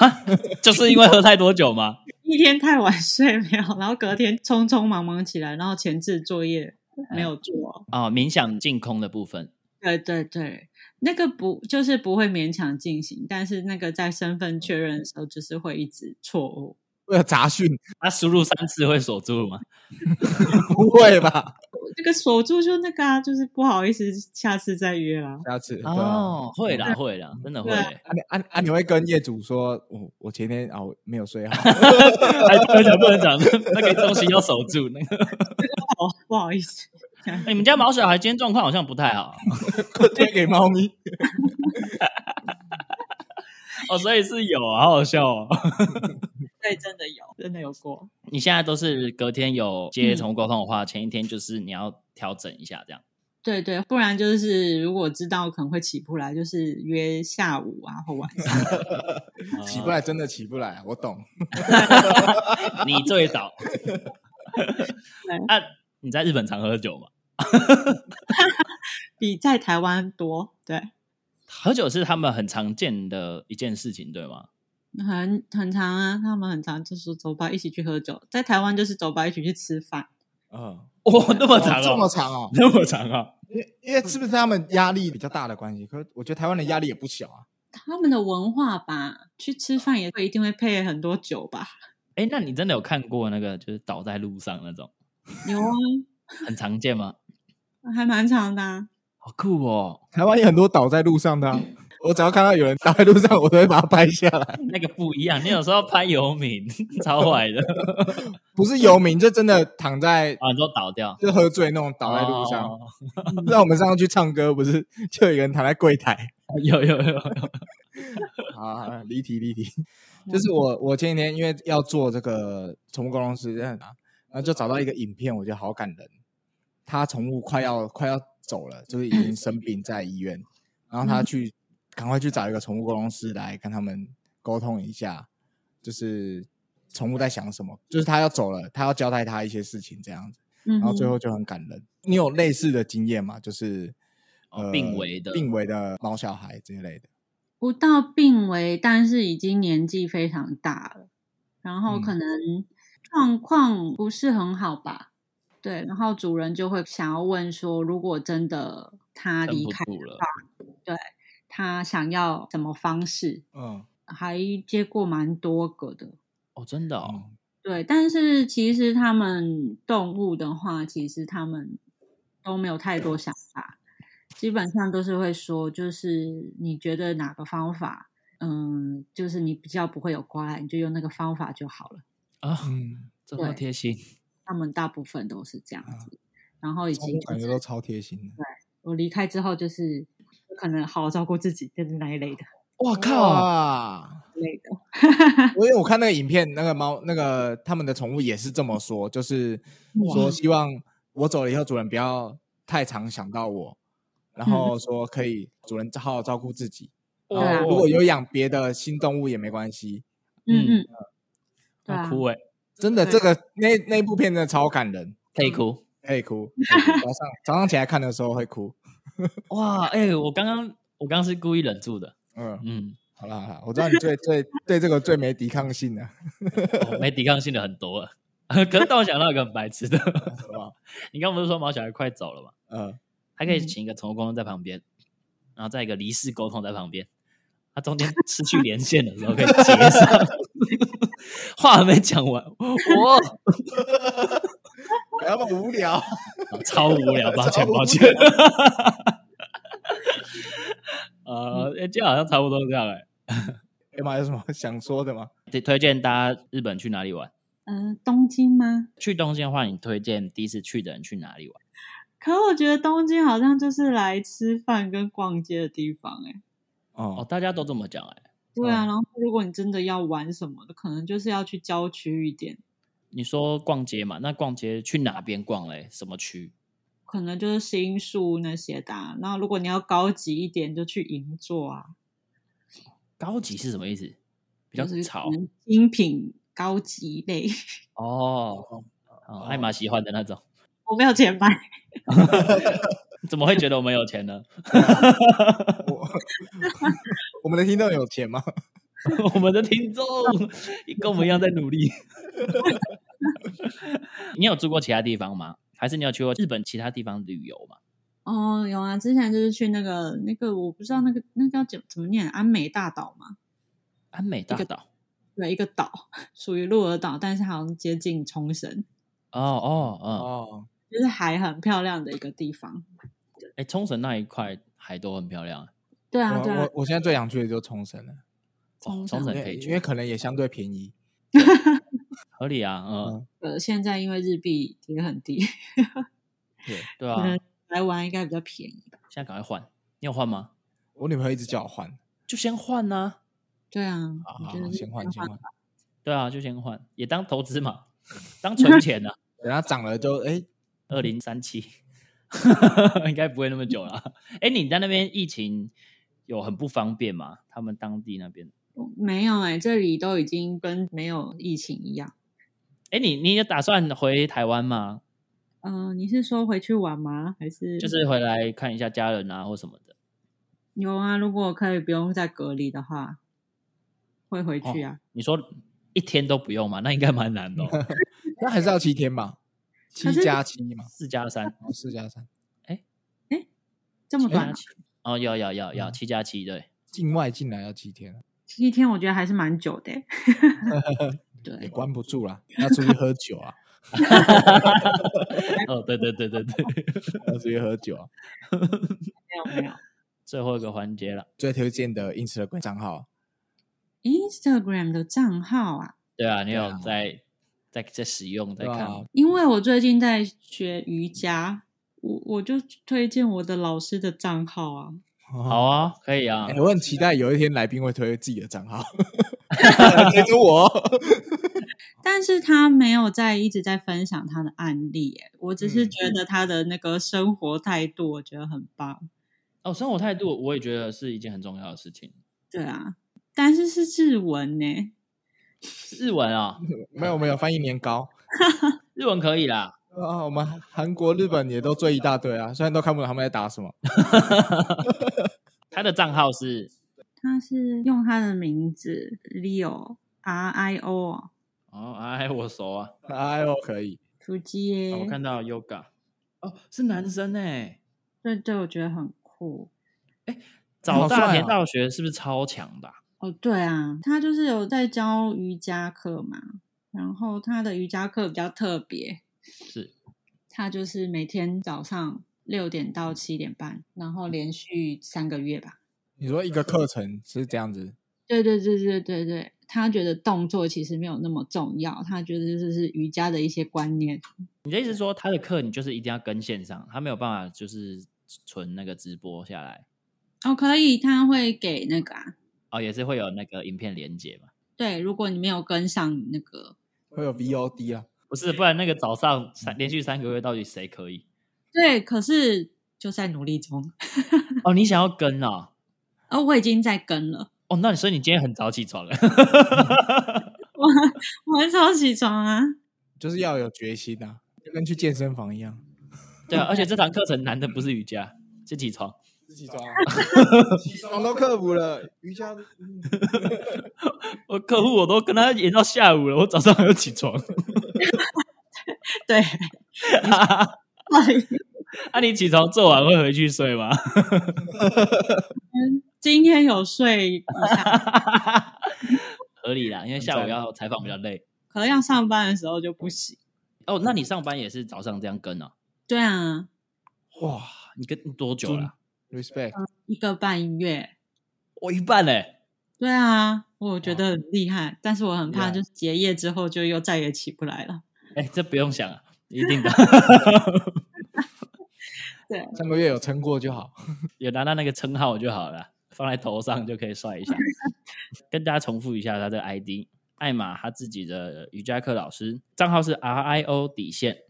[SPEAKER 1] 就是因为喝太多酒吗？
[SPEAKER 2] 一天太晚 睡没有，然后隔天匆匆忙忙起来，然后前置作业没有做。
[SPEAKER 1] 啊、冥想净空的部分，
[SPEAKER 2] 对对对，那个不就是不会勉强进行，但是那个在身份确认的时候，就是会一直错误。
[SPEAKER 3] 为了杂讯，
[SPEAKER 1] 他啊输入三次会锁住吗？
[SPEAKER 3] 不会吧？
[SPEAKER 2] 那个锁住就那个啊，就是不好意思，下次再约啦。
[SPEAKER 3] 下 次对啊
[SPEAKER 1] 哦，会啦，会啦，真的会、
[SPEAKER 2] 对啊
[SPEAKER 3] 啊你啊啊！你会跟业主说，我我前天啊我没有睡 好，
[SPEAKER 1] 哎，不能讲，不 能讲，那个东西要守住。那个， 哎
[SPEAKER 2] 哦，不好意思，
[SPEAKER 1] 你们家毛小孩今天状况好像不太好
[SPEAKER 3] 推给猫咪。
[SPEAKER 1] 哦，所以是有，好好笑哦。
[SPEAKER 2] 对，真的有，真的有过。
[SPEAKER 1] 你现在都是隔天有接宠物沟通的话，前一天就是你要调整一下，这样。
[SPEAKER 2] 对对，不然就是如果知道可能会起不来，就是约下午啊或晚上。
[SPEAKER 1] 哦
[SPEAKER 3] 起不来，真的起不来，我懂。
[SPEAKER 1] 啊，你最 早。啊，你在日本常喝酒吗？
[SPEAKER 2] 比在台湾多，对，
[SPEAKER 1] 喝酒是他们很常见的一件事情，对吗？
[SPEAKER 2] 很很长啊，他们很长就说走吧，一起去喝酒。在台湾就是走吧，一起去吃饭。
[SPEAKER 3] 嗯，
[SPEAKER 1] 哇、 那么
[SPEAKER 3] 哦
[SPEAKER 1] 长
[SPEAKER 3] 这么
[SPEAKER 1] 哦，
[SPEAKER 3] 长 哦，
[SPEAKER 1] 那么长啊！
[SPEAKER 3] 因为因为是不是他们压力比较大的关系？可是我觉得台湾的压力也不小啊。
[SPEAKER 2] 他们的文化吧，去吃饭也会一定会配很多酒吧。
[SPEAKER 1] 哎，那你真的有看过那个就是倒在路上那种，
[SPEAKER 2] 有啊，
[SPEAKER 1] 很常见吗？
[SPEAKER 2] 还蛮长的、啊。
[SPEAKER 1] 好酷哦，
[SPEAKER 3] 台湾有很多倒在路上的啊、我只要看到有人倒在路上，我都会把它拍下来。
[SPEAKER 1] 那个不一样。你有时候拍游民，超坏 的
[SPEAKER 3] 不是游民，就真的躺在
[SPEAKER 1] 啊，你说倒掉，
[SPEAKER 3] 就喝醉那种倒在路上。
[SPEAKER 1] 哦
[SPEAKER 3] 让我们上次去唱歌，不是就有一个人躺在柜台？
[SPEAKER 1] 有有哦有有，
[SPEAKER 3] 啊，离题离题。就是我我前几天因为要做这个宠物沟通师，然后就找到一个影片，我觉得好感人。他宠物快要快要走了，就是已经生病在医院，然后他去赶快去找一个宠物沟通师来跟他们沟通一下，就是宠物在想什么，就是他要走了，他要交代他一些事情这样子，
[SPEAKER 2] 嗯哼，
[SPEAKER 3] 然后最后就很感人。你有类似的经验吗？就是
[SPEAKER 1] 哦病危的
[SPEAKER 3] 呃病危的猫小孩之类的。
[SPEAKER 2] 不到病危，但是已经年纪非常大了，然后
[SPEAKER 1] 嗯
[SPEAKER 2] 可能状况不是很好吧。对，然后主人就会想要问说，如果真的他
[SPEAKER 1] 撑
[SPEAKER 2] 离
[SPEAKER 1] 不
[SPEAKER 2] 开啊
[SPEAKER 1] 住了。
[SPEAKER 2] 他想要什么方式，
[SPEAKER 3] 嗯，
[SPEAKER 2] 还接过蛮多个的。
[SPEAKER 1] 哦，真的哦，
[SPEAKER 3] 嗯
[SPEAKER 2] 对，但是其实他们动物的话，其实他们都没有太多想法，基本上都是会说，就是你觉得哪个方法，嗯，就是你比较不会有挂碍，你就用那个方法就好了。
[SPEAKER 1] 啊，
[SPEAKER 3] 嗯。
[SPEAKER 1] 这么
[SPEAKER 2] 对
[SPEAKER 1] 贴心，
[SPEAKER 2] 他们大部分都是这样子，然后已
[SPEAKER 3] 宠
[SPEAKER 2] 经
[SPEAKER 3] 物
[SPEAKER 2] 就
[SPEAKER 3] 啊感觉
[SPEAKER 2] 是
[SPEAKER 3] 都超贴心的。
[SPEAKER 2] 我离开之后，就是可能好好照顾自己，就是那一类的
[SPEAKER 1] 我
[SPEAKER 3] 我！靠！
[SPEAKER 2] 类 的。
[SPEAKER 3] 我因为我看那个影片，那个猫，那个他们的宠物也是这么说，就是说
[SPEAKER 2] 哇
[SPEAKER 3] 希望我走了以后，主人不要太常想到我，然后说可以主人好好照顾自己。
[SPEAKER 2] 对啊
[SPEAKER 3] 然后如果有养别的新动物也没关系。
[SPEAKER 2] 嗯嗯，对
[SPEAKER 1] 要
[SPEAKER 2] 啊，
[SPEAKER 1] 哭哎，
[SPEAKER 3] 真的，
[SPEAKER 2] 对
[SPEAKER 3] 这个那那部片真的超感人，
[SPEAKER 1] 可以 哭。
[SPEAKER 3] 可以哭。可以哭早上早上起来看的时候会哭。
[SPEAKER 1] 哇，哎，我刚刚我刚刚是故意忍住的，
[SPEAKER 3] 嗯，
[SPEAKER 1] 嗯，
[SPEAKER 3] 好啦好啦，我知道你最最对这个最没抵抗性的，
[SPEAKER 1] 哦没抵抗性的很多了。 可是但我想到一个很白痴的， 你刚不是说毛小孩快走了吗？
[SPEAKER 3] 呃，
[SPEAKER 1] 还可以
[SPEAKER 2] 嗯
[SPEAKER 1] 请一个宠物沟通在旁边，然后再一个离世沟通在旁边，他中间失去连线的时候可以接上。 话还没讲完，哇，
[SPEAKER 2] 哦
[SPEAKER 3] 要么无聊，
[SPEAKER 1] 哦超无聊，抱歉
[SPEAKER 3] 超无
[SPEAKER 1] 抱歉。 呃，诶这好像差不多这样哎、
[SPEAKER 3] 哎妈，有什么 想说的吗？
[SPEAKER 1] 推推荐大家日本去哪里玩？
[SPEAKER 2] 嗯、东京吗？
[SPEAKER 1] 去东京的话，你推荐第一次去的人去哪里玩？
[SPEAKER 2] 可我觉得东京好像就是来吃饭跟逛街的地方、欸，哎，
[SPEAKER 1] 哦，
[SPEAKER 3] 哦，
[SPEAKER 1] 大家都这么讲哎、
[SPEAKER 2] 对啊。
[SPEAKER 3] 嗯
[SPEAKER 2] 然后如果你真的要玩什么的，可能就是要去郊区一点，
[SPEAKER 1] 你说逛街嘛？那逛街去哪边逛嘞？什么区？
[SPEAKER 2] 可能就是新宿那些的啊、然后如果你要高级一点，就去银座啊，
[SPEAKER 1] 高级是什么意思？比较
[SPEAKER 2] 就是
[SPEAKER 1] 潮
[SPEAKER 2] 可能精品高级类。
[SPEAKER 1] 哦，哦爱马喜欢的那种。
[SPEAKER 2] 我没有钱买，
[SPEAKER 1] 怎么会觉得我们有钱呢？
[SPEAKER 3] 我我们的听众有钱吗？
[SPEAKER 1] 我们的听众跟我们一样在努力。 你有住过其他地方吗？还是你有去过日本其他地方旅游吗？
[SPEAKER 2] 哦，有啊，之前就是去那个那个，我不知道那个那个要怎怎么念，啊安美大岛嘛，
[SPEAKER 1] 安美大岛。
[SPEAKER 2] 对，一个岛， 属于鹿儿岛，但是好像接近冲绳，
[SPEAKER 1] 哦哦
[SPEAKER 3] 哦，
[SPEAKER 2] 就是海很漂亮的一个地方。
[SPEAKER 1] 嗯，哎，冲绳那一块海都很漂亮啊，
[SPEAKER 2] 对啊，
[SPEAKER 3] 我
[SPEAKER 2] 对啊
[SPEAKER 3] 我，我现在最想去的就是冲绳了，
[SPEAKER 1] 哦
[SPEAKER 2] 冲
[SPEAKER 1] 冲
[SPEAKER 2] 绳
[SPEAKER 1] 绳可
[SPEAKER 3] 因为
[SPEAKER 1] 以
[SPEAKER 3] 因为
[SPEAKER 1] 去，
[SPEAKER 3] 可能也相对便宜，
[SPEAKER 1] 合理啊，嗯，
[SPEAKER 3] 嗯，
[SPEAKER 2] 呃，现在因为日币也很低，
[SPEAKER 3] 对，
[SPEAKER 1] 对
[SPEAKER 2] 可
[SPEAKER 1] 啊，
[SPEAKER 2] 能 来玩应该比较便宜吧。
[SPEAKER 1] 现在赶快换，你有换吗？
[SPEAKER 3] 我女朋友一直叫我换，
[SPEAKER 1] 就先换呐、
[SPEAKER 2] 对啊，
[SPEAKER 3] 好
[SPEAKER 2] 我
[SPEAKER 3] 好
[SPEAKER 2] 觉得
[SPEAKER 3] 好，
[SPEAKER 2] 是
[SPEAKER 3] 先换先换，
[SPEAKER 1] 对啊，就先换，也当投资嘛，当存钱呐、啊。
[SPEAKER 3] 等它涨了就哎，
[SPEAKER 1] 二零三七， 应该不会那么久了。哎、你在那边疫情有很不方便吗？他们当地那边？
[SPEAKER 2] 没有哎、这里都已经跟没有疫情一样。
[SPEAKER 1] 哎、你你有打算回台湾吗？
[SPEAKER 2] 嗯、你是说回去玩吗？还是
[SPEAKER 1] 就是回来看一下家人啊，或什么的。
[SPEAKER 2] 有啊？如果可以不用再隔离的话，会回去啊。
[SPEAKER 1] 你说一天都不用吗？那应该蛮难的、 哦，
[SPEAKER 3] 那还是要七天吧，七
[SPEAKER 2] 可是
[SPEAKER 3] 加七嘛，
[SPEAKER 1] 四加三，
[SPEAKER 3] 哦四加三，
[SPEAKER 2] 这么
[SPEAKER 1] 七
[SPEAKER 2] 短
[SPEAKER 1] 加
[SPEAKER 2] 啊，
[SPEAKER 1] 七。哦，要要要要，
[SPEAKER 3] 嗯
[SPEAKER 1] 七加七，对，
[SPEAKER 3] 境外进来要七天，
[SPEAKER 2] 七天我觉得还是蛮久的欸、对
[SPEAKER 3] 也，关不住啦，要出去喝酒啊，
[SPEAKER 1] 哦，对对对对 对，
[SPEAKER 3] 要出去喝酒啊。
[SPEAKER 2] 没有没有。
[SPEAKER 1] 最后一个环节了。
[SPEAKER 3] 最推荐的 Instagram 账号，啊
[SPEAKER 2] Instagram 的账号啊，
[SPEAKER 1] 对啊，你有
[SPEAKER 3] 对啊
[SPEAKER 1] 在在在使用，在
[SPEAKER 3] 对
[SPEAKER 1] 看
[SPEAKER 3] 啊
[SPEAKER 1] 吗，
[SPEAKER 2] 因为我最近在学瑜伽，我我就推荐我的老师的账号啊。
[SPEAKER 1] 好啊，可以啊
[SPEAKER 3] 哎、，我很期待有一天来宾会推自己的账号， 推出我。哦
[SPEAKER 2] 但是他没有在一直在分享他的案例耶，我只是
[SPEAKER 3] 嗯
[SPEAKER 2] 觉得他的那个生活态度，我觉得很棒。
[SPEAKER 1] 哦，生活态度我也觉得是一件很重要的事情。
[SPEAKER 2] 对啊，但是是日文呢，
[SPEAKER 1] 日文啊、
[SPEAKER 3] 没有没有，翻译年糕
[SPEAKER 1] 日文可以啦。
[SPEAKER 3] 啊，我们韩国、日本也都追一大堆啊，虽然都看不懂他们在打什么。
[SPEAKER 1] 他的账号是
[SPEAKER 2] 他是用他的名字 Leo R I O 哦
[SPEAKER 1] 哦，哎，我熟啊，
[SPEAKER 3] 哎呦，可以，
[SPEAKER 2] 竹鸡耶，
[SPEAKER 1] 我看到 Yoga，哦，是男生哎、
[SPEAKER 2] 对对，我觉得很酷。
[SPEAKER 1] 早
[SPEAKER 3] 好
[SPEAKER 1] 大
[SPEAKER 3] 帅
[SPEAKER 1] 田
[SPEAKER 3] 啊
[SPEAKER 1] 大学是不是超强的啊、
[SPEAKER 2] 哦，对啊，他就是有在教瑜伽课嘛，然后他的瑜伽课比较特别，
[SPEAKER 1] 是
[SPEAKER 2] 他就是每天早上六点到七点半，然后连续三个月吧。
[SPEAKER 3] 你说一个课程是这样子，
[SPEAKER 2] 对对对对对对，他觉得动作其实没有那么重要，他觉得这是瑜伽的一些观念。
[SPEAKER 1] 你的意思是说他的课你就是一定要跟线上，他没有办法就是存那个直播下来
[SPEAKER 2] 哦，可以，他会给那个啊，
[SPEAKER 1] 哦，也是会有那个影片连接嘛？
[SPEAKER 2] 对，如果你没有跟上那个，
[SPEAKER 3] 会有 VOD 啊。
[SPEAKER 1] 不 是，不然那个早上三连续三个月到底谁可 以？
[SPEAKER 2] 对，可是就在努力中，
[SPEAKER 1] 哦，你想要跟啊？
[SPEAKER 2] 而、我已经在跟了。
[SPEAKER 1] 哦，那你所以你今天很早起床了。啊
[SPEAKER 2] 我我很少起床啊，
[SPEAKER 3] 就是要有决心啊，就跟去健身房一样。
[SPEAKER 1] 对啊，而且这堂课程难的不是瑜伽，是起床。
[SPEAKER 3] 起床， 起床都克服了，瑜伽都
[SPEAKER 1] 我客户我都跟他演到下午了，我早上还要起床。
[SPEAKER 2] 对，
[SPEAKER 1] 啊，你起床做完会回去睡吗？
[SPEAKER 2] 今天有睡呃一下，
[SPEAKER 1] 合理啦，因为下午要采访比较累。
[SPEAKER 2] 可能要上班的时候就不行。
[SPEAKER 1] 哦，那你上班也是早上这样跟啊？
[SPEAKER 2] 对啊，
[SPEAKER 3] 哇
[SPEAKER 1] 你跟你多久了、啊
[SPEAKER 3] ，respect，
[SPEAKER 2] 一个半月。
[SPEAKER 1] 我一半嘞、欸
[SPEAKER 2] 对啊，我觉得很厉害，但是我很怕，
[SPEAKER 3] Yeah
[SPEAKER 2] 就是结业之后就又再也起不来了。
[SPEAKER 1] 哎、这不用想啊，一定的。
[SPEAKER 3] 上个月有撑过就好。
[SPEAKER 1] 有拿到那个称号就好了，放在头上就可以帅一 下。跟大家重复一下他的 ID，艾玛他自己的瑜伽课老师账号是 R I O 底线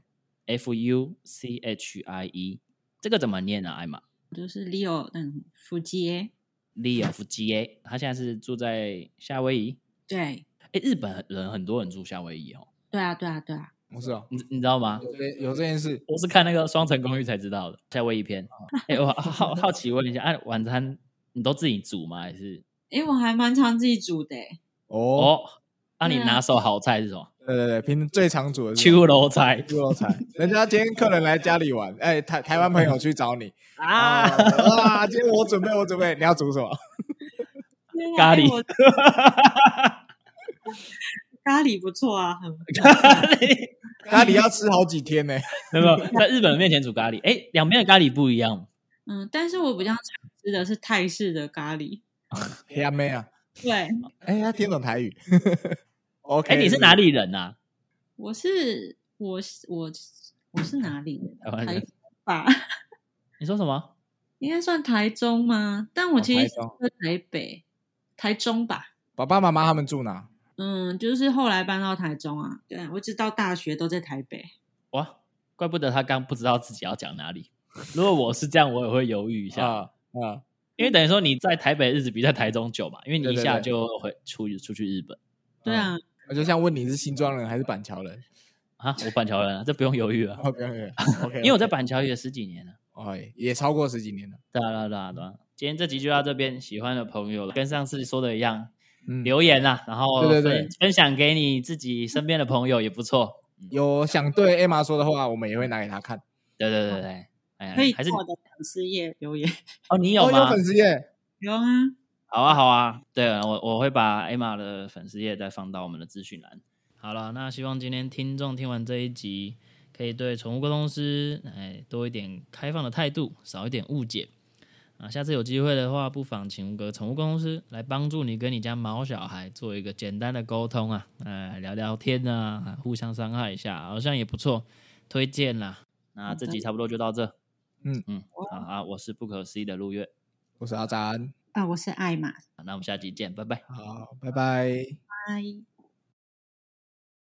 [SPEAKER 1] F U C H I E，这个怎么念啊？艾玛
[SPEAKER 2] 就是 Leo，嗯，福杰，
[SPEAKER 1] l e o G A，他现在是住在夏威夷。
[SPEAKER 2] 对，
[SPEAKER 1] 哎，日本人很多人住夏威夷哦，
[SPEAKER 2] 对啊，对啊，对啊，
[SPEAKER 3] 不是哦，
[SPEAKER 1] 你你知道吗？
[SPEAKER 3] 有这有这件事，
[SPEAKER 1] 我是看那个《双层公寓》才知道的夏威夷篇。
[SPEAKER 2] 哦
[SPEAKER 1] 哎、我好好好奇问一下，哎、晚餐你都自己煮吗？还是
[SPEAKER 2] 诶，我还蛮常自己煮的诶，
[SPEAKER 3] 哦，
[SPEAKER 1] 哦？那、你
[SPEAKER 2] 对啊
[SPEAKER 1] 拿手好菜是什么？
[SPEAKER 3] 对对对，平时最常煮的是
[SPEAKER 1] 秋楼菜
[SPEAKER 3] 猪肉菜。人家今天客人来家里玩，哎，台台湾朋友去找你啊
[SPEAKER 1] 啊！
[SPEAKER 3] 啊！今天我准备，我准备，你要煮什么？
[SPEAKER 2] 天啊
[SPEAKER 1] 咖
[SPEAKER 2] 诶
[SPEAKER 1] 喱
[SPEAKER 2] 我咖喱不错啊，很
[SPEAKER 1] 咖喱，
[SPEAKER 3] 咖 喱要吃好几天呢。
[SPEAKER 1] 那么在日本人面前煮咖喱，哎，两边的咖喱不一样。
[SPEAKER 2] 嗯，但是我比较常吃的是泰式的咖喱，
[SPEAKER 3] 黑阿妹啊，
[SPEAKER 2] 对，
[SPEAKER 3] 哎，他听懂台语。OK，
[SPEAKER 1] 哎，你是哪？里人啊？
[SPEAKER 2] 我是我是我是我是哪里人啊
[SPEAKER 1] 台？湾
[SPEAKER 2] 台
[SPEAKER 1] 人
[SPEAKER 2] 中吧，
[SPEAKER 1] 你说什么？
[SPEAKER 2] 应该算台中吗？但我
[SPEAKER 3] 哦
[SPEAKER 2] 其实
[SPEAKER 3] 台
[SPEAKER 2] 是
[SPEAKER 3] 中
[SPEAKER 2] 在台北、台中吧。
[SPEAKER 3] 爸爸妈妈他们住哪？
[SPEAKER 2] 嗯，就是后来搬到台中啊，对啊，我一直到大学都在台北。
[SPEAKER 1] 哦哇，怪不得他刚不知道自己要讲哪里。 如果我是这样，我也会犹豫一下，
[SPEAKER 3] 啊啊，
[SPEAKER 1] 因为等于说你在台北日子比在台中久嘛，因为你一下
[SPEAKER 3] 对对对
[SPEAKER 1] 就回出出去日本
[SPEAKER 2] 对啊，
[SPEAKER 3] 我就像问你是新庄人还是板桥人
[SPEAKER 1] 啊。我板桥人 啊，这不用犹豫啊，
[SPEAKER 3] ？OK OK OK，
[SPEAKER 1] 因为我在板桥也十几年了。
[SPEAKER 3] 哎也超过十几年了。
[SPEAKER 1] 对啊，对啊，对啊，对啊。今天这集就到这边，喜欢的朋友跟上次说的一样，
[SPEAKER 3] 嗯，
[SPEAKER 1] 留言啦，然后
[SPEAKER 3] 对对对
[SPEAKER 1] 分分享给你自己身边的朋友也不错。
[SPEAKER 3] 有想对 Emma 说的话，我们也会拿给他看。
[SPEAKER 1] 对对对对，哎，
[SPEAKER 2] 可以
[SPEAKER 1] 还是
[SPEAKER 2] 到我的粉丝页留言。
[SPEAKER 1] 哦，你有
[SPEAKER 3] 哦，有
[SPEAKER 1] 吗？
[SPEAKER 3] 粉丝耶！
[SPEAKER 2] 有啊，
[SPEAKER 1] 好啊，好啊，对我我会把 Emma 的粉丝页再放到我们的资讯栏。
[SPEAKER 4] 好了，那希望今天听众听完这一集，可以对宠物沟通师哎多一点开放的态度，少一点误解。啊，下次有机会的话，不妨请个宠物沟通师来帮助你跟你家毛小孩做一个简单的沟通啊，哎，聊聊天啊，互相伤害一下，好像也不错，推荐啦。
[SPEAKER 1] 那这集差不多就到这。
[SPEAKER 3] 嗯
[SPEAKER 1] 嗯，好啊，我是不可思议的陆月，
[SPEAKER 3] 我是阿詹，
[SPEAKER 2] 啊，我是艾玛，
[SPEAKER 1] 那我们下集见，拜拜。
[SPEAKER 3] 好，拜拜。
[SPEAKER 2] 拜。